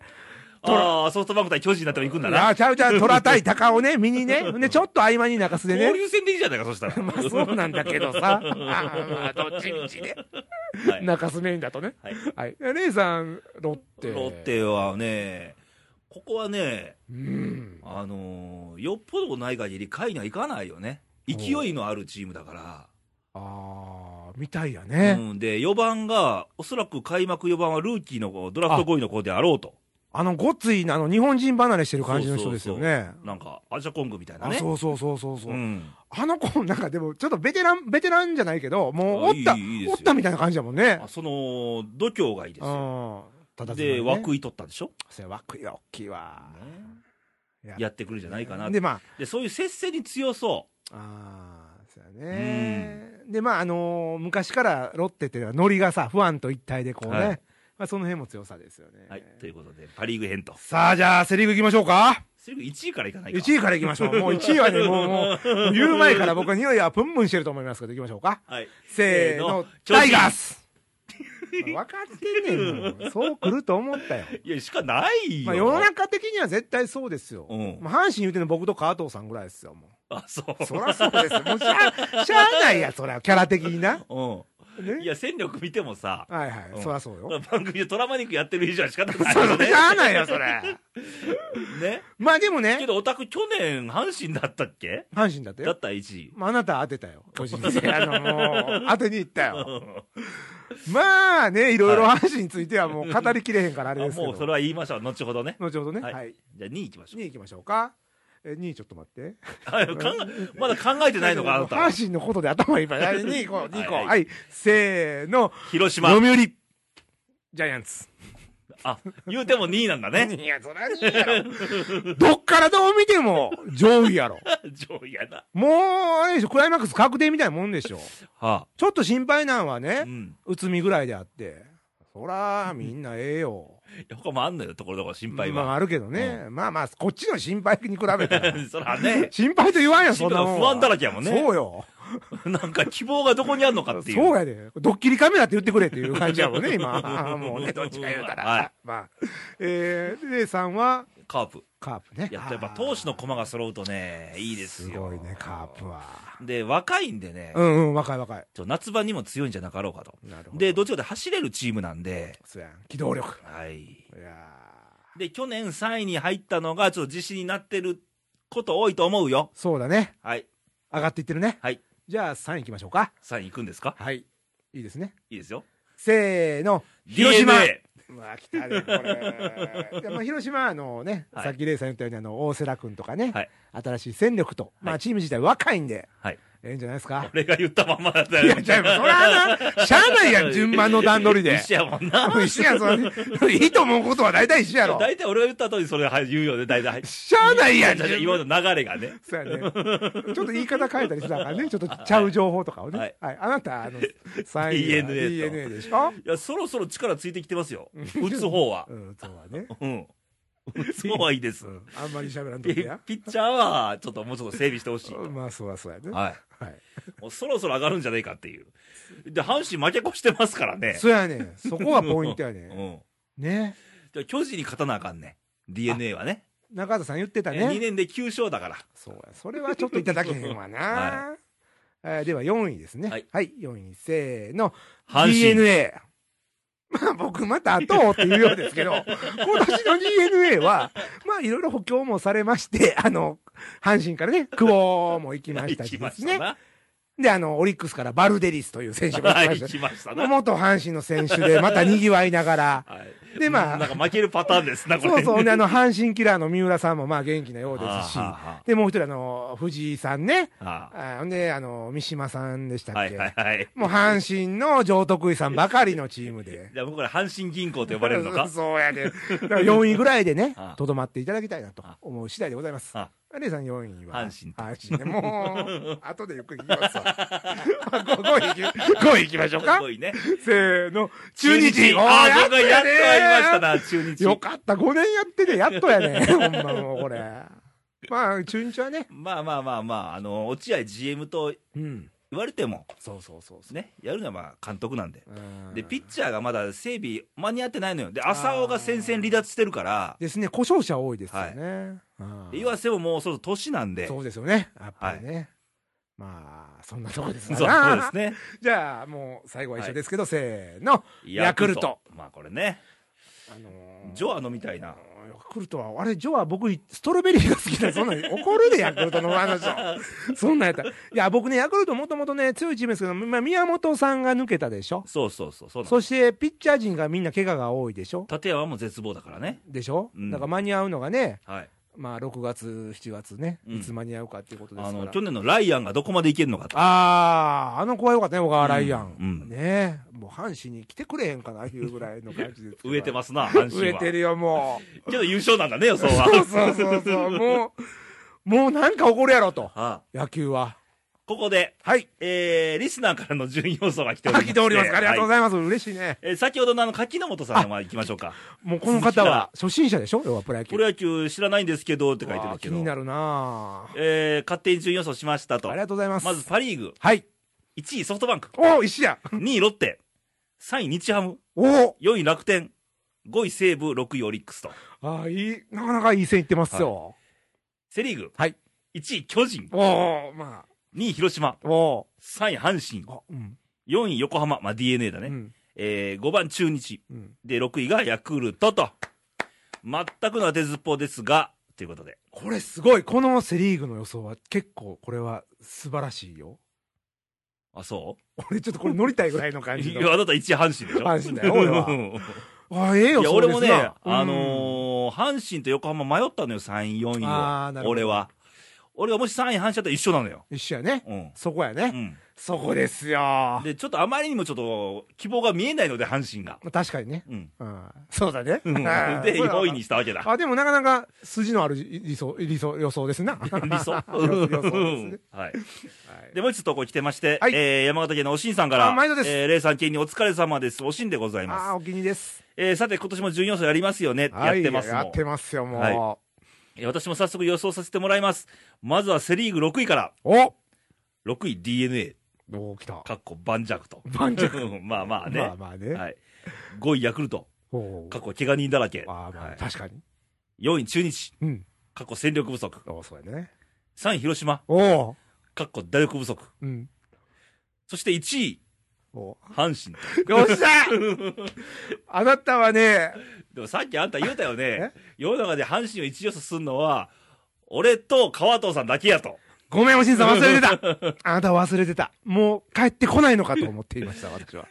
S2: ト
S1: あーソフトバンク対巨人になっても行くんだな。
S2: ああ、ちゃうちゃう、虎対鷹をね、見にね。で、ちょっと合間に中洲で
S1: 交
S2: ね。
S1: 流戦でいいじゃないか、そしたら。
S2: ま あそうなんだけどさ。あーまあ、どっちみちね。
S1: はい
S2: 中洲メインだとね。
S1: はい
S2: はい。レイさん、ロッテ。
S1: ロッ。テはね、ここはね、
S2: うん。
S1: あのーよっぽどない限り、下位には行かないよね。勢いのあるチームだか
S2: ああ、みたいや
S1: ら。
S2: ね。
S1: うん、で、4番が、おそらく開幕4番はルーキーの子ドラフト5位の子であろうと。
S2: あの、ごっつい、あの、日本人離れしてる感じの人ですよね。
S1: なんか、アジャコングみたいな
S2: あ、
S1: ね。
S2: そうそうそうそうそう。
S1: うん。
S2: あの子、なんかでも、ちょっとベテラン、ベテランじゃないけど、もう、お
S1: あ
S2: った、
S1: いいいいですよ
S2: おったみたいな感じだもんね
S1: あ。その、度胸がいいです
S2: う
S1: よ。
S2: ん。ただ
S1: で、
S2: 井。
S1: 枠井取ったでしょ、
S2: それ涌井は大きいわ。や
S1: やってくるんじゃないかな。
S2: で、まあ、
S1: で、そういう接戦に強そ
S2: あー、そうやね。で、まあ、あのー昔からロッテっていうのは、ノリがさ、不安と一体でこうね。
S1: はい
S2: まあ、その辺も強さですよね
S1: う。。はい。ということで、パ・リーグ編と。
S2: さあ、じゃあ、セリーグ行きましょうか。
S1: セ・リーグ1位からいかないか。
S2: 1位から行きまし ょう。もう1位はね、もう、もう、もう言う前から僕は匂いはプンプンしてると思いますけど、行きましょうか。
S1: はい。
S2: せーの、タイガース 分かってんねんもう、そう来ると思ったよ。
S1: いや、しかないよ。
S2: まあ、世の中的には絶対そうですよ。
S1: うん
S2: まあ、阪神言うてんの僕と川藤さんぐらいですよ、も
S1: あ、そう
S2: う。。そらそうですよ。もうしゃあ、しゃあないや、そら、キャラ的にな。
S1: うい
S2: ね。
S1: や、戦力見てもさ、
S2: はいは
S1: うん
S2: い、そりゃそうよ。
S1: 番組でトラマニックやってる以上は仕方ない
S2: そ
S1: よ
S2: れ
S1: ね
S2: し。ゃあないよ、それ。
S1: ね。
S2: まあでも
S1: け
S2: ね、
S1: ど、オタク去年、阪神だったっけ
S2: 阪神だって
S1: だ
S2: よ。
S1: ったら1位。
S2: まあ、あなた当てたよ。個人的に。あの、もう、当てに行ったよ。
S1: う
S2: まあね、いろいろ阪神についてはもう語りきれへんからあ
S1: ん
S2: れですけ
S1: もうそ
S2: ど。
S1: れは言いましょう。後ほどね。
S2: 後ほどね。
S1: はい
S2: はい。
S1: じゃあ2位行きましょう
S2: 2位行きましょうか。え、2位ちょっと待って。。
S1: あ考えまだ考えてないのか、あなたは。
S2: 阪神のことで頭いっぱ い。はい2位行こう、2位行こ。
S1: はいう
S2: はい。せーの、
S1: 広島。
S2: 読売ジャイアンツ。
S1: あ、言うても2位なんだね。
S2: いや、そりゃ2位や ろ。どっからどう見ても上位やろ。
S1: 上位やな。
S2: もう、あれでしょ、クライマックス確定みたいなもんでしょ。
S1: は
S2: ちょっと心配なんは
S1: あ。う
S2: ね、
S1: ん。
S2: 内海ぐらいであって。そら、みんなええよ。
S1: いや他もあんのよ、ところどころ心配
S2: まあ
S1: は。
S2: あるけどね。まあまあ、こっちの心配に比べ たら。
S1: そらね、
S2: 心配と言わんよ、そんなもんは。
S1: 不安だらけやもんね
S2: そうよ。
S1: なんか希望がどこにあるのかっていう。
S2: そうやで。ドッキリカメラって言ってくれっていう感じやもんね、 今。もうね、どっちか言うたら。
S1: はい
S2: まあ。えー、で、3は、
S1: カープ。
S2: カープね。
S1: やっとやっぱ投手の駒が揃うとね、いいです
S2: す
S1: よ。
S2: ごいね、カープは。
S1: で、若いんでね、
S2: うんうん、若い若い。
S1: ちょ夏場にも強いんじゃなかろうかと。
S2: なるほど。
S1: で、どっちかで走れるチームなんで、
S2: そうやん。機動力。
S1: はい。
S2: いやー
S1: で、去年3位に入ったのが、ちょっと自信になってること多いと思うよ。
S2: そうだね。
S1: はい。
S2: 上がっていってるね。
S1: はい。
S2: じゃあ、3位行きましょうか。
S1: 3位行くんですか
S2: はい。いいですね。
S1: いいですよ。
S2: せーの。広島
S1: DNA
S2: うわ、来たね、これ。 でまあ、広島のね、
S1: はい
S2: さっきレイさん言ったように、あの、大瀬良君とかね、
S1: はい
S2: 新しい戦力と、まあ、チーム自体若いんで、
S1: はい。
S2: ええんじゃないですか。
S1: 俺が言ったまんまだった
S2: いや、じゃあ、それはな、しゃあな いやん、順番の段取りで。
S1: 一緒やもんな。
S2: 一緒やん、それいいと思うことは大体一緒やろ。
S1: 大体俺が言った通りそれはい言うよね、大体。
S2: しゃあない
S1: い
S2: や
S1: や、
S2: ん、
S1: じゃあじゃあ
S2: 順番
S1: 今の流れがね。
S2: そうやね。ちょっと言い方変えたりしたからね、ちょっとちゃう情報とかをね。
S1: は
S2: はいい。あなた、あの、3
S1: DNA と
S2: DNA でしょ
S1: いや、そろそろ力ついてきてます よ。打つ方は
S2: う。ん、そうはね。
S1: うん。打つ方はいいです
S2: う。んあんまり喋らんと
S1: ピ
S2: きや。
S1: ピッチャーは、ちょっともうちょっと整備してほしいと。
S2: まあ、そうはそうやね。
S1: はい。
S2: はい。
S1: もうそろそろ上がるんじゃないかっていう。で、阪神負け越してますからね。
S2: そうやねん。そこがポイント や
S1: う
S2: ね
S1: ん。
S2: ん。ね。
S1: じゃあ巨人に勝たなあかんね。DNA はね。
S2: 中畑さん言ってた
S1: 2
S2: ね。
S1: 年で9勝だから。
S2: そうや。それはちょっといただけへんわ
S1: は
S2: な。えーでは4位ですね。
S1: は
S2: はいい。4位、せーの。
S1: 阪神
S2: DNA。まあ僕また後をっていうようですけど、 今年の DNA は、まあいろいろ補強もされまして、あの、阪神からね、久保も行きました
S1: 行
S2: し
S1: き
S2: で
S1: ますした
S2: ね。
S1: な。
S2: で、あの、オリックスからバルデリスという選手も行き
S1: は
S2: ま
S1: い、
S2: し
S1: 行
S2: た
S1: き
S2: し、
S1: ましたな。
S2: 元阪神の選手でまた賑わいながら、
S1: はい
S2: でまあ
S1: なんか負けるパターンですな、これ。
S2: そうそう、で、あの、阪神キラーの三浦さんもまあ元気なようで
S1: はあ
S2: すし
S1: は、あは
S2: で、もう一人あの、藤井さんね、
S1: あは
S2: あほんで、あの、三島さんでした
S1: あ
S2: っ
S1: はい
S2: け。
S1: はいはい。
S2: もう阪神の上徳井さんばかりのチームで。
S1: じゃあ僕ら阪神銀 行と呼ばれるのか
S2: そうやで。だから4位ぐらいで ね
S1: ああ、
S2: とどまっていただきたいなと
S1: あ
S2: 思う次第でございます。
S1: あ
S2: レイさん4位は。
S1: 阪神と
S2: 阪神で。 もう、後でゆっくり聞きますわ。5位行き、5位行きましょうか。
S1: ごいね。
S2: せーの、中日。
S1: ああ、
S2: お
S1: ここやっと
S2: ね
S1: 会いましたな、中日。
S2: よかった、5年やってて、やっとやね。ほん まもうこれ。まあ、中日はね。
S1: まあまあまあまあ、あの、落合 GM と
S2: うん。
S1: 言われても、
S2: そうそうそうそ
S1: ね、やるのはまあ監督なんで。
S2: う。
S1: で、ピ
S2: チ
S1: ッチャーがまだ整備間に合ってないのよ。で、浅尾が戦線離脱してるから、
S2: ですね、故障者多いですよね。うん
S1: 岩瀬ももうそろそろ年なんで。
S2: そうですよね。やっぱりね。まあ、そんなとこです
S1: そう
S2: わ
S1: そう
S2: な
S1: ですね。
S2: じゃあ、もう最後は一緒ですけど、せーの。ヤクルト。
S1: まあこれね、
S2: あのー
S1: ジョアノみたいな。
S2: ヤクルトは、あれ、ジョは僕、ストロベリーが好きなんで、そんなん怒るで、ヤクルトのあ の人。そんなんやったら。いや、僕ね、ヤクルトもともとね、強いチームですけど、まあ、宮本さんが抜けたでしょ。
S1: そうそうそう。そうなの
S2: そして、ピッチャー陣がみんな怪我が多いでしょ。
S1: 立山も絶望だからね。
S2: でしょ、
S1: うん
S2: だから間に合うのがね、
S1: はい。
S2: まあ、6月、7月ね、
S1: うん
S2: いつ間に合うかっていうことです
S1: あ
S2: から。
S1: の、去年のライアンがどこまでいけるのかと。
S2: ああ、あの子は良かったね、小川ライアン。
S1: うんうん。
S2: ねえもう阪神に来てくれへんかな、いうぐらいの感じです
S1: 植えて
S2: す。
S1: ますな、阪
S2: 植
S1: 神
S2: え
S1: は。
S2: てるよ、も
S1: けど優勝なんだね、予想
S2: う。
S1: は。
S2: そうそうそうそう、もう、もうなんか起こるやろと、
S1: はあ、
S2: 野球は。
S1: ここで、
S2: はい。
S1: えー、リスナーからの順位予想が来ております。
S2: 来ておりますか、ありがとうご
S1: は
S2: ざいます。嬉しいね。
S1: いえー先ほどのあの柿本さんは行きましょうか。
S2: もうこの方は初心者でしょ要はプロ野球。
S1: プロ野球知らないんですけどって書いて
S2: わ
S1: る
S2: あ
S1: け
S2: 気
S1: ど
S2: に。なるなあ
S1: えー、勝手に順位予想しましたと
S2: あり。がとうございます。
S1: まずパ・リーグ、
S2: はい。
S1: 1位ソフトバンク、
S2: おお、石や。
S1: 2位ロッテ、3位日ハム、
S2: おお。
S1: 4位楽天、5位西武、6位オリックスと。
S2: ああ、いい、なかなかいい線いってますよ。
S1: セ・リーグ、
S2: はい
S1: 1位巨人、
S2: おお、ま
S1: 2位広島、
S2: あ。おお。
S1: 3位阪神、
S2: あ、うん。
S1: 4位横浜、まあ、DNA だね、
S2: うん
S1: えー5番中日、
S2: うん
S1: で、6位がヤクルトと。全くの当てずっぽうですが、ということで。
S2: これすごい。このセ・リーグの予想は結構これは素晴らしいよ。
S1: あ、そ
S2: 俺ちょっとこれ乗りたいぐらいの
S1: う
S2: 感
S1: い
S2: じ
S1: や、
S2: の。
S1: あなた一阪神でしょ
S2: 阪神だよ俺は
S1: うん
S2: あ、ええよ、
S1: いや、
S2: そう
S1: 俺
S2: ですな
S1: もね、あ
S2: うん
S1: のー阪神と横浜迷ったのよ、3位、4位を。
S2: あーなるほど
S1: 俺は。俺がもし3位、阪神だったら一緒なのよ。
S2: 一緒やね。
S1: うん。
S2: そこや
S1: う
S2: ね。
S1: ん。
S2: そこですよ。ま
S1: で、ちょっとあまりにもちょっと、希望が見えないので、阪神が。
S2: あ確かにね。
S1: うん。
S2: うんそうだね。
S1: うんで、4位にしたわけだ。
S2: あ、でもなかなか筋のある理想、理想、予 想ですな。
S1: 理 想
S2: 予想ですね。
S1: はい。
S2: はい
S1: で、もう一つ投稿来てまして、
S2: はい
S1: えー山形県のおしんさんから、
S2: あ毎度です
S1: えー、レイさん県にお疲れ様です。おしんでござい
S2: あ
S1: ま
S2: あ、
S1: す。
S2: お気に入りです。
S1: えーさて、今年も準要素やりますよね。やってます
S2: はい
S1: も
S2: や
S1: ん
S2: ってますよ、もう。
S1: はいえー私も早速予想させてもらいます。まずはセリーグ6位から、
S2: お
S1: 6位 DNA、
S2: どう来た
S1: かっこ盤石と。
S2: 盤石
S1: うん まあまあね。
S2: まあまあね。
S1: はい。5位ヤクルト、
S2: おう
S1: 過去怪我人だらけ。
S2: ああまあ
S1: はい
S2: 確かに。
S1: 4位中日、
S2: うん。
S1: 過去戦力不足。
S2: おうそうやね。
S1: 3位広島、
S2: おう
S1: 過去打力不足。
S2: うん。
S1: そして1位、
S2: おう
S1: 阪神。
S2: よっしゃあなたはね、
S1: でもさっきあんた言うたよね
S2: え、
S1: 世の中で阪神を一予想するのは、俺と川藤さんだけやと。
S2: ごめん、おしんさん忘れてた。あなたは忘れてた。もう帰ってこないのかと思っていました、私は。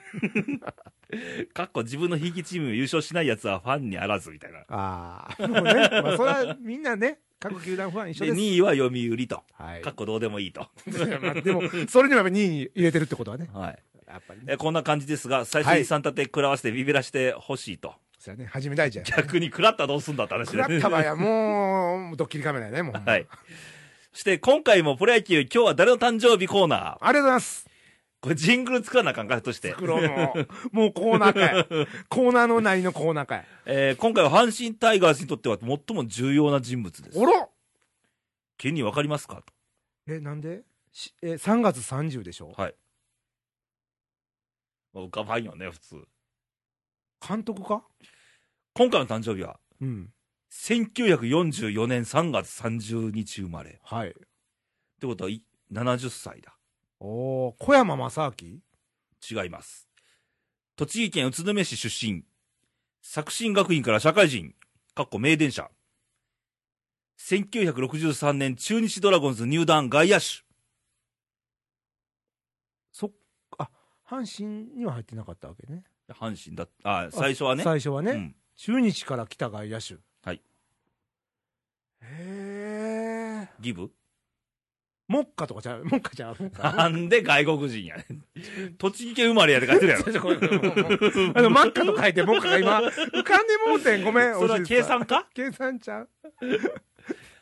S1: かっこ自分のひいきチーム優勝しないやつはファンにあらずみたいな。
S2: ああ。もうね、まあそれはみんなね、各球団ファン一緒
S1: で、
S2: です。
S1: 2位は読売と。
S2: はい
S1: かっこどうでもいいと。
S2: まあ でも、それでもやっぱ2位に入れてるってことはね。
S1: はい。
S2: やっぱりね。
S1: えこんな感じですが、最初に三立て食らわせてビビらしてほしいと。
S2: それはね、始め大事や。
S1: 逆に食らったらどうすんだって話
S2: ク
S1: で
S2: ラ
S1: すね
S2: ッタバや、もう、ドッキリカメラやね、もう。
S1: はい。そして今回もプロ野球、今日は誰の誕生日コーナー。
S2: ありがとうございます。
S1: これジングル作らなあかんかとして。
S2: 黒も、もうコーナーかい。 コーナーのなりのコーナーかい。
S1: えー今回は阪神タイガースにとっては最も重要な人物です。
S2: おろ
S1: 県にわかりますかと。
S2: え、なんでしえ、3月30でしょ
S1: はい。まあ、浮かばんよね、普通。
S2: 監督か
S1: 今回の誕生日は、
S2: うん。
S1: 1944年3月30日生まれ。っ
S2: はい。
S1: てことは、い70歳だ。
S2: おー、小山正明
S1: 違います。栃木県宇都宮市出身。作新学院から社会人。かっこ名電車。1963年中日ドラゴンズ入団外野手。
S2: そっあ、阪神には入ってなかったわけね。
S1: 阪神だあ、最初はね。
S2: 最初はね。
S1: うん。
S2: 中日から来た外野手。
S1: はい。
S2: へえ。
S1: ギブ
S2: モッカとかじゃう、モッ カじゃう。モッカ
S1: なんで外国人やねん。栃木県生まれやで書いて るやろ。
S2: ちょ ごめんごめんごめんごめんあの、マッカと書いて、モッカが今、浮かんでもうてん、ごめん。
S1: それは
S2: 惜しいで
S1: 計
S2: す
S1: 算か
S2: 計算ちゃう。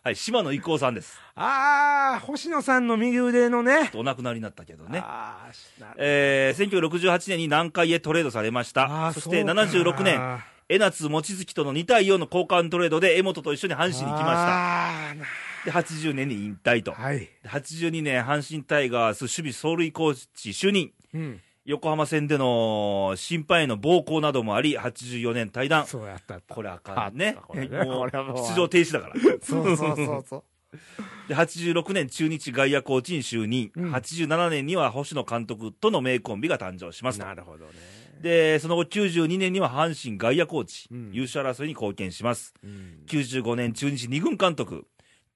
S1: はい、島野郁夫さんです。
S2: あー、星野さんの右腕のね。
S1: お亡くなりになったけどね。
S2: あーしなる
S1: えー、1968年に南海へトレードされました。
S2: あー
S1: そして
S2: うか
S1: 76年、江夏望月との2対4の交換トレードで江本と一緒に阪神に来ま
S2: あーな
S1: した。で、80年に引退と。
S2: はい。
S1: で82年、阪神タイガース守備走塁コーチ就任。
S2: うん。
S1: 横浜戦での審判への暴行などもあり、84年退団。
S2: そうやったった。
S1: これあかんね
S2: あ。こ
S1: もう
S2: れねこれはもう
S1: 出場停止だから。
S2: そうそうそうそう。
S1: で86年、中日外野コーチに就任、
S2: うん
S1: 87年には星野監督との名コンビが誕生しますと
S2: なるほどね。
S1: でその後、92年には阪神外野コーチ、
S2: うん
S1: 優勝争いに貢献します、
S2: うん
S1: 95年、中日二軍監督、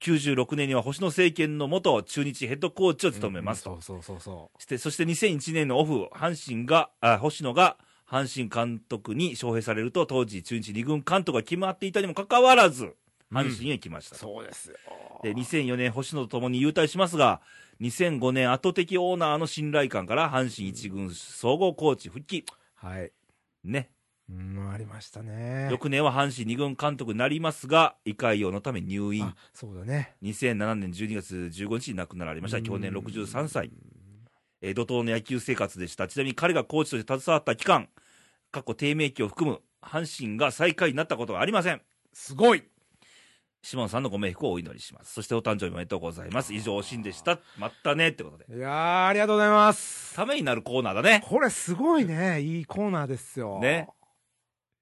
S1: 96年には星野政権の元中日ヘッドコーチを務めますと、
S2: うんそうそうそうそ
S1: してそして2001年のオフ、阪神があ星野が阪神監督に招聘されると、当時、中日二軍監督が決まっていたにもかかわらず、阪神へ来ました
S2: う。
S1: と。
S2: そうですよ。
S1: で2004年、星野と共に優退しますが、2005年、圧倒的オーナーの信頼感から阪神一軍総合コーチ復帰、
S2: はい。
S1: ね、
S2: うん、ありましたね。
S1: 翌年は阪神二軍監督になりますが、胃潰瘍のため入院
S2: あ、、そうだね。
S1: 2007年12月15日に亡くなられました、去年63歳
S2: う、
S1: えー怒涛の野球生活でした、ちなみに彼がコーチとして携わった期間、過去低迷期を含む阪神が最下位になったことはありません。
S2: すごい
S1: 島野さんのご冥福をお祈りします。そしてお誕生日おめでとうございます。以上、おしんでした。まったねってことで。
S2: いやー、ありがとうございます。
S1: ためになるコーナーだね。
S2: これすごいね。いいコーナーですよ。
S1: ね。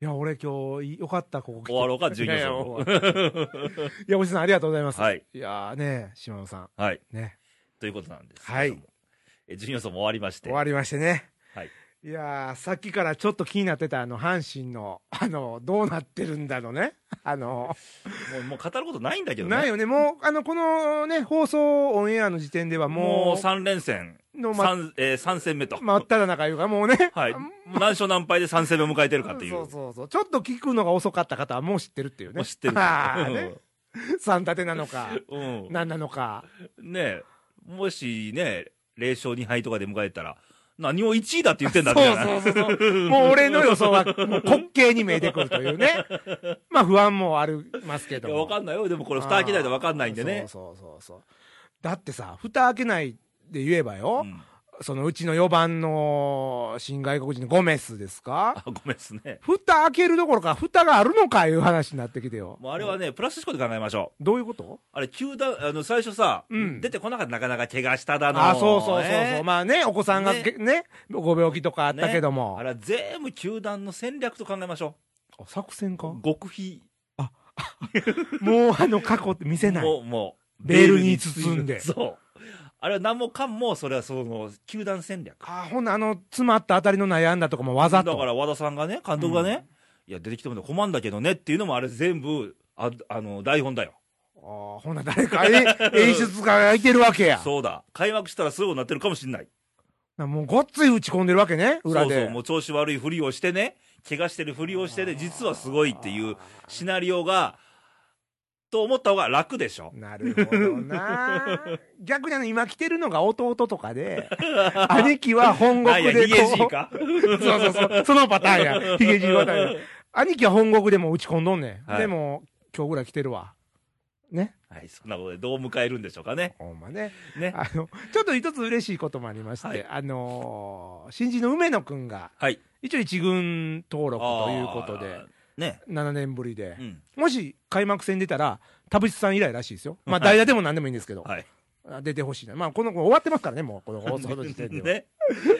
S2: いや、俺今日、いよかった、ここ来て
S1: 終わろうか、授業
S2: いやいや
S1: 賞。
S2: 終わろう いや、おじさんありがとうございます。
S1: はい。
S2: やーね、島野さん。
S1: はい。
S2: ね。
S1: ということなんですけ
S2: は
S1: れども。
S2: い
S1: え。授業層も終わりまして
S2: 終。わりましてね。
S1: はい
S2: いやー、さっきからちょっと気になってた、あの、阪神の、 あの、どうなってるんだろうね。あの、
S1: もうもう語ることないんだけどね。
S2: ないよね。もう、あの、このね、放送オンエアの時点では
S1: も
S2: も
S1: う3連戦、
S2: う、のま、
S1: 三えー、3戦目と。
S2: 真っ只中いうか、もうね。
S1: はい。もう何勝何敗で3戦目を迎えてるかっていう。
S2: そうそうそう。ちょっと聞くのが遅かった方はもう知ってるっていう
S1: も
S2: ね。
S1: う知ってる。
S2: あーね。三立てなのか、
S1: うん。
S2: 何なのか。
S1: ねえ、もしね、0勝2敗とかで迎えたら、何を1位だって言ってん
S2: そ
S1: だ
S2: う
S1: みたいな。
S2: そうそうそう。もう俺の予想は、もう滑稽に見えてくるとい うね。まあ不安もありますけど
S1: いや、
S2: も。
S1: わかんないよ。でもこれ、蓋開けないとわかんないんでね。
S2: そうそうそうそう。だってさ、蓋開けないで言えばよ、
S1: うん
S2: そのうちの4番の新外国人のゴメスです
S1: あ
S2: か
S1: ごめんっすね。
S2: 蓋開けるどころか、蓋があるのかいう話になってきてよ。
S1: もうあれはね、プラス思考で考えましょう。
S2: どういうこと
S1: あれ、球団、あの、最初さ、
S2: うん
S1: 出てこなかった、なかなか怪我しただの。
S2: あそうそうそうそう、
S1: ね
S2: まあね、お子さんが
S1: ね
S2: けねご病気とかあったけども、
S1: あれは全部球団の戦略と考えましょ
S2: あ作戦
S1: う
S2: か。
S1: 極秘。
S2: もうあの過去って見せない、
S1: もう、もう、
S2: ベールに包んで
S1: そう。あれは何もかんも、それはその、球団戦略。
S2: あほんなあの詰まったあたりの悩んだとかもわざと、
S1: だから和田さんがね、監督がね、いや、出てきても困んだけどねっていうのも、あれ全部、ああの台本だよ。
S2: あーほんな誰かえ 演出家がいてるわけや、
S1: そうだ、開幕したらすぐになってるかもしれない。
S2: なもうごっつい打ち込んでるわけね、裏で。
S1: そうそう、もう調子悪いふりをしてね、怪我してるふりをしてね、実はすごいっていうシナリオが、と思った方が楽でしょ。
S2: なるほどな。 逆にあの、今来てるのが弟とかで、兄貴は本
S1: なん
S2: 国
S1: や、
S2: で
S1: ヒゲじい
S2: こ
S1: か。
S2: う、そうそうそう、そのパターンや。ヒゲじいパターンや。兄貴は本国でもう打ち込んどんねん。
S1: はい
S2: でも、今日ぐらい来てるわ。ね。
S1: はい、そんなことでどう迎えるんでしょうかね。
S2: ほんまね。
S1: ね。
S2: あの、ちょっと一つ嬉しいこともありまして、
S1: はい
S2: あのー新人の梅野くんが、
S1: はい。
S2: 一応一軍登録ということで
S1: あ、ー。ね。
S2: 7年ぶりで
S1: う、ん。
S2: もし開幕戦出たら、田淵さん以来らしいですよ。まあ、
S1: はい
S2: 代打でも何でもいいんですけど。
S1: はい。
S2: あ出てほしいな。まあ、この子終わってますからね、もう、この放送の時点では。
S1: ね。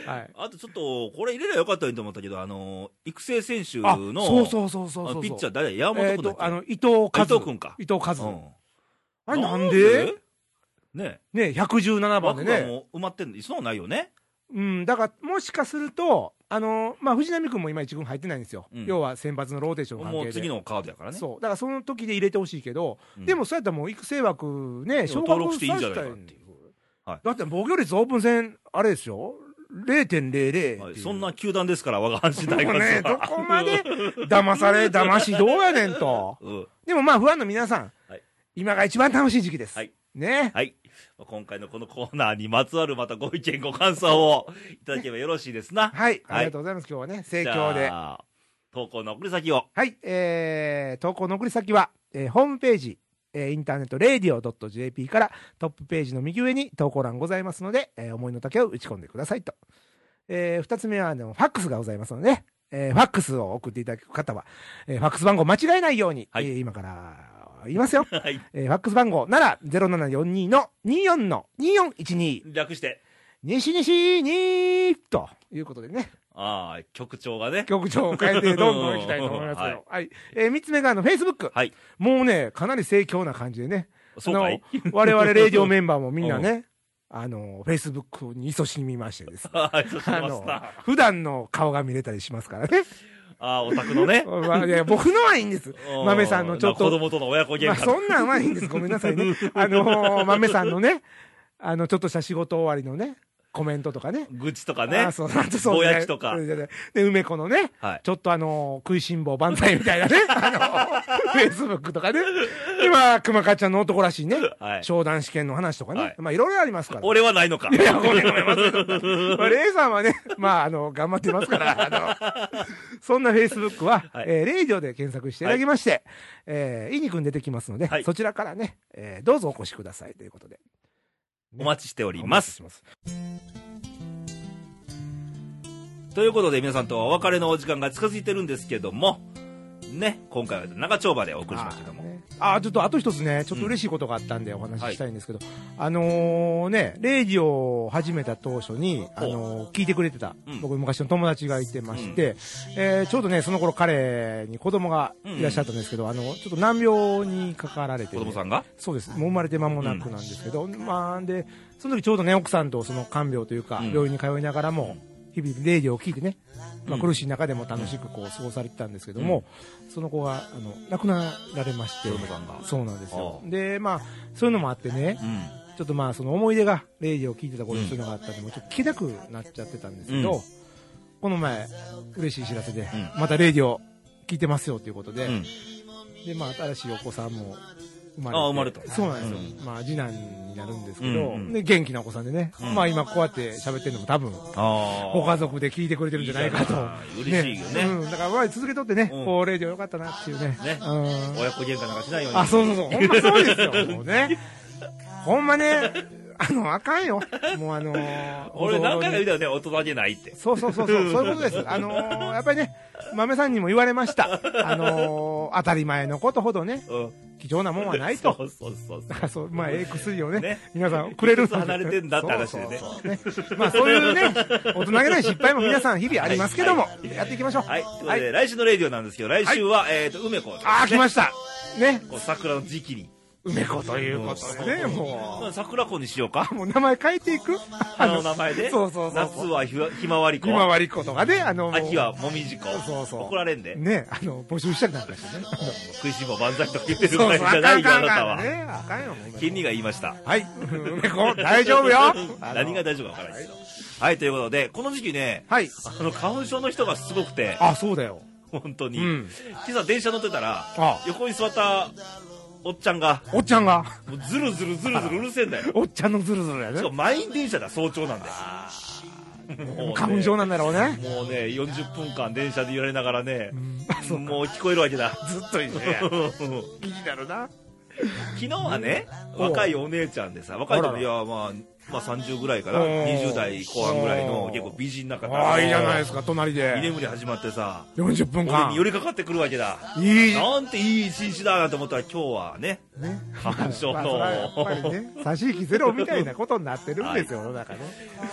S2: はい。
S1: あとちょっと、これ入れればよかったなと思ったけど、あの、育成選手
S2: あ、
S1: の、
S2: そうそうそうそう
S1: あ
S2: そ
S1: の
S2: う。
S1: ピッチャー誰だ山本
S2: えっ
S1: 君だっ
S2: と、
S1: け、
S2: あの、伊藤和
S1: 伊藤君か
S2: 伊藤和。
S1: うん
S2: あれなんで
S1: ね
S2: ね、117番
S1: 枠
S2: で
S1: が
S2: ね。
S1: もう埋まってんの、そうないよね。
S2: うん、だから、もしかすると、あの、まあ、藤浪君も今一軍入ってないんですよ。
S1: うん
S2: 要は先発のローテーションの関係
S1: も
S2: で。
S1: う次のカードやからね。
S2: そう。だからその時で入れてほしいけど、
S1: うん
S2: でもそうやったらもう育成枠ね、昇格
S1: 登録していいんじゃないかって
S2: いう。
S1: はい
S2: だって防御率オープン戦、あれですよ。
S1: はい
S2: 0.00っていう
S1: そんな球団ですから、我が阪神大
S2: もう
S1: 学
S2: ね、どこまで騙され、騙し、どうやねんと。
S1: うん、
S2: でもまあ、ファンの皆さん、
S1: はい
S2: 今が一番楽しい時期です。
S1: はい
S2: ね。
S1: はい。まあ今回のこのコーナーにまつわるまたご意見、ご感想 をいただければよろしいですな。
S2: はい、
S1: はい
S2: ありがとうございます。今日はね、盛
S1: じ
S2: 況で。
S1: ゃあ投稿の送り先を。
S2: はい、えー、投稿の送り先は、えーホームページ、えーインターネット radio.jp からトップページの右上に投稿欄ございますので、えー思いの丈を打ち込んでくださいと。えー二つ目は、あの、ファックスがございますので、ね、えーファックスを送っていただく方は、えーファックス番号間違えないように、
S1: はい
S2: えー今から言いますよ。
S1: はい。
S2: えーファックス番号なら0742の24の2412
S1: 略して。
S2: 西西にということでね、
S1: ああ、局長がね。
S2: 局長を変えてどんどん行きたいと思いますけ
S1: は
S2: ど。
S1: い
S2: はい、えー三つ目があの、Facebook。
S1: はい
S2: もうね、かなり盛況な感じでね。
S1: そうかい。
S2: あの、我々レイディオメンバーもみんなね、あの、Facebook に勤しみましてですね
S1: はい、そうし
S2: あ
S1: ます
S2: の
S1: な。、
S2: 普段の顔が見れたりしますか らね。
S1: ああ、お宅のね。
S2: まあいや僕のはいいんです。豆さんのちょっと
S1: まあ子供との親子喧
S2: ま
S1: 嘩
S2: あ、そんなんはいいんです。ごめんなさ いね。あのー、豆さんのね、あの、ちょっとした仕事終わりのね、コメントとかね。
S1: 愚痴とか
S2: あ
S1: ね
S2: ー。そう、あとそう、
S1: ぼやきとか
S2: そうそうそうで、梅子のね、
S1: はい。
S2: ちょっとあのー食いしん坊万歳みたい なね、あのフェイスブックとかね。で、まあ、熊川ちゃんの男らしいね、
S1: はい。
S2: 商談試験の話とかね。
S1: はい
S2: まあ、いろいろありますから。
S1: 俺はないのか。
S2: いや、ごめんごめん、忘れとったまあ、レイさんはね、まあ、あの、頑張ってま すから、あの、そんなフェイスブックは、
S1: はい
S2: えーレイディオで検索していただきまして、えー、いにくん出てきますので、
S1: はい
S2: そちらからね、えーどうぞお越しくださいということで。
S1: お待ちしており
S2: お
S1: ま
S2: 待ち
S1: す
S2: し。ます。
S1: ということで皆さんとお別れのお時間が近づいてるんですけども、ね、今回は長丁場でお送りしましたけども。
S2: あーちょっとあと一つね、ちょっと嬉しいことがあったんでお話
S1: は
S2: し
S1: い
S2: したいんですけど、あのーね、レイディオを始めた当初に、あのー聞いてくれてた、
S1: うん
S2: 僕昔の友達がいてまして、えーちょうどね、その頃彼に子供がいらっしゃったんですけど、あの、ちょっと難病にかかられて
S1: 子
S2: ね、
S1: 供さんが
S2: そうです。もう生まれて間もなくなんですけど、まあ、で、その時ちょうどね、奥さんとその看病というか、
S1: うん
S2: 病院に通いながらも、日々レイディオを聞いてね、まあ、
S1: うん
S2: 苦しい中でも楽しくこう過ごされてたんですけども、その子があの亡くなられまして
S1: 清野さんが
S2: そうなんですよ
S1: ああ
S2: でまあそういうのもあってねちょっとまあその思い出がレイディオを聞いてた頃にそういうのがあったんで、もうちょっと聞けなくなっちゃってたんですけど、
S1: うん
S2: この前嬉しい知らせで、
S1: うん
S2: またレイディオ聞いてますよということで、
S1: うん。うん。
S2: でまあ、新しいお子さんも生まれて
S1: あ生まれた
S2: そうなんですよ、まあ、次男になるんですけど、
S1: うんうん
S2: で元気なお子さんでね、
S1: うん
S2: まあ、今こうやって喋ってるのも多
S1: あ
S2: 分
S1: あ。
S2: ご家族で聞いてくれてるんじゃないかと
S1: いいじゃない嬉しいよね
S2: うん、だからまあ続けとってね、
S1: うん
S2: こうレイディオよかったなっていうね
S1: ね
S2: うん
S1: 親子喧嘩なんかしないように。
S2: あそうそうそうほんまそうですよもうねほんまねあのあかんよもうあの ー
S1: 俺何回か言う
S2: う
S1: たよね、大人げないって。
S2: そうそうそ うそうそういうことですあのーやっぱりね豆さんにも言われましたあのー当たり前のことほどね
S1: うん。
S2: 貴重なもんはないと
S1: そうそうそう
S2: だから そう、まあ、ええ薬をね、
S1: ね
S2: 皆さんくれる
S1: いくつ離れてんだって話でね
S2: そうそうそうねまあ、そういうね、大人げない失敗も皆さん日々ありますけども、やっていきましょう。
S1: はい。ということで、来週のレディオなんですけど、来週は、えっと、梅子ですね。
S2: ああ、来ました。ね、
S1: こう桜の時期に。
S2: 梅子ということでね、
S1: ま
S2: も
S1: あ桜子にしようか
S2: う、。もう名前変えてい く
S1: あの名前で。
S2: そうそうそう。
S1: 夏はひわひまわり子。
S2: 今割り子とかね、あの、もう
S1: 秋はもみじ子。
S2: そうそう
S1: 怒られんで。
S2: ね、あの、募集したりなんか してね。
S1: 食いしん坊万歳とか言って
S2: そ
S1: る
S2: うそ
S1: 場
S2: う、
S1: 合
S2: あ
S1: じ
S2: か
S1: ゃないよ、
S2: んあか
S1: あ
S2: ん
S1: なた
S2: あかん
S1: は。
S2: ね。あかんよ、もう梅子
S1: 権利が言いました。
S2: はい、梅子、大丈夫よ。 あの
S1: 何が大丈夫かわからないですよ。はい、ということで、この時期ね、
S2: はい。
S1: あの、花粉症の人がすごくて、
S2: あ、そうだよ。
S1: 本当に。
S2: うん
S1: 今朝電車乗ってたら、
S2: あ
S1: 横に座ったおっちゃんが、
S2: おっちゃんが、
S1: もうズルズルズルズルうるせえんだよ。
S2: おっちゃんのズルズルや
S1: しか
S2: ね
S1: も。満員電車だ、早朝なんだよ。もう ね
S2: 花粉症なんだろうね。
S1: もうね、40分間電車で揺られながらね、
S2: そう
S1: もう聞こえるわけだ。
S2: ずっといい ね
S1: 昨
S2: 気になるな。
S1: 日はね、
S2: うん
S1: 若いお姉ちゃんでさ、若い
S2: あ
S1: 時
S2: らら
S1: いや、まあ、まあ30ぐらいかな、
S2: うん
S1: 20代後半ぐらいの
S2: うん
S1: 結構美人な方
S2: ああ、いいじゃないですすか、隣
S1: 居
S2: で。
S1: 眠り始まってさ、
S2: 40分
S1: 俺
S2: 間
S1: に。寄りかかってくるわけだ。
S2: いい。
S1: なんていい一日だなと思ったら今日はね、
S2: ね。
S1: 花粉症
S2: まあそ
S1: の
S2: れはやっぱりね、差し引きゼロみたいなことになってるんですよ、世の中ね。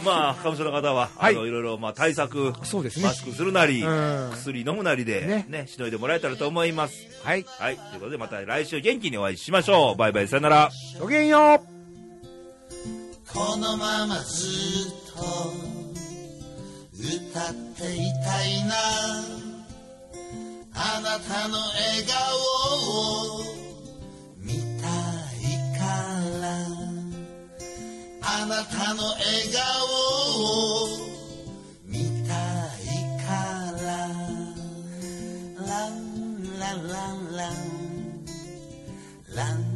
S1: まあ、花粉症の方は、
S2: はい
S1: あの、いろいろ、まあ、対策、
S2: そうですね
S1: マスクするなり、
S2: うん
S1: 薬飲むなりで、ね
S2: ね、
S1: しのいでもらえたらと思います。
S2: はい。
S1: はい、ということで、また来週元気にお会いしましょう。バイバイ、さよなら。
S2: ごきげんよう
S3: このままずっと歌っていたいなあなたの笑顔を見たいからあなたの笑顔を見たいからランランランランラン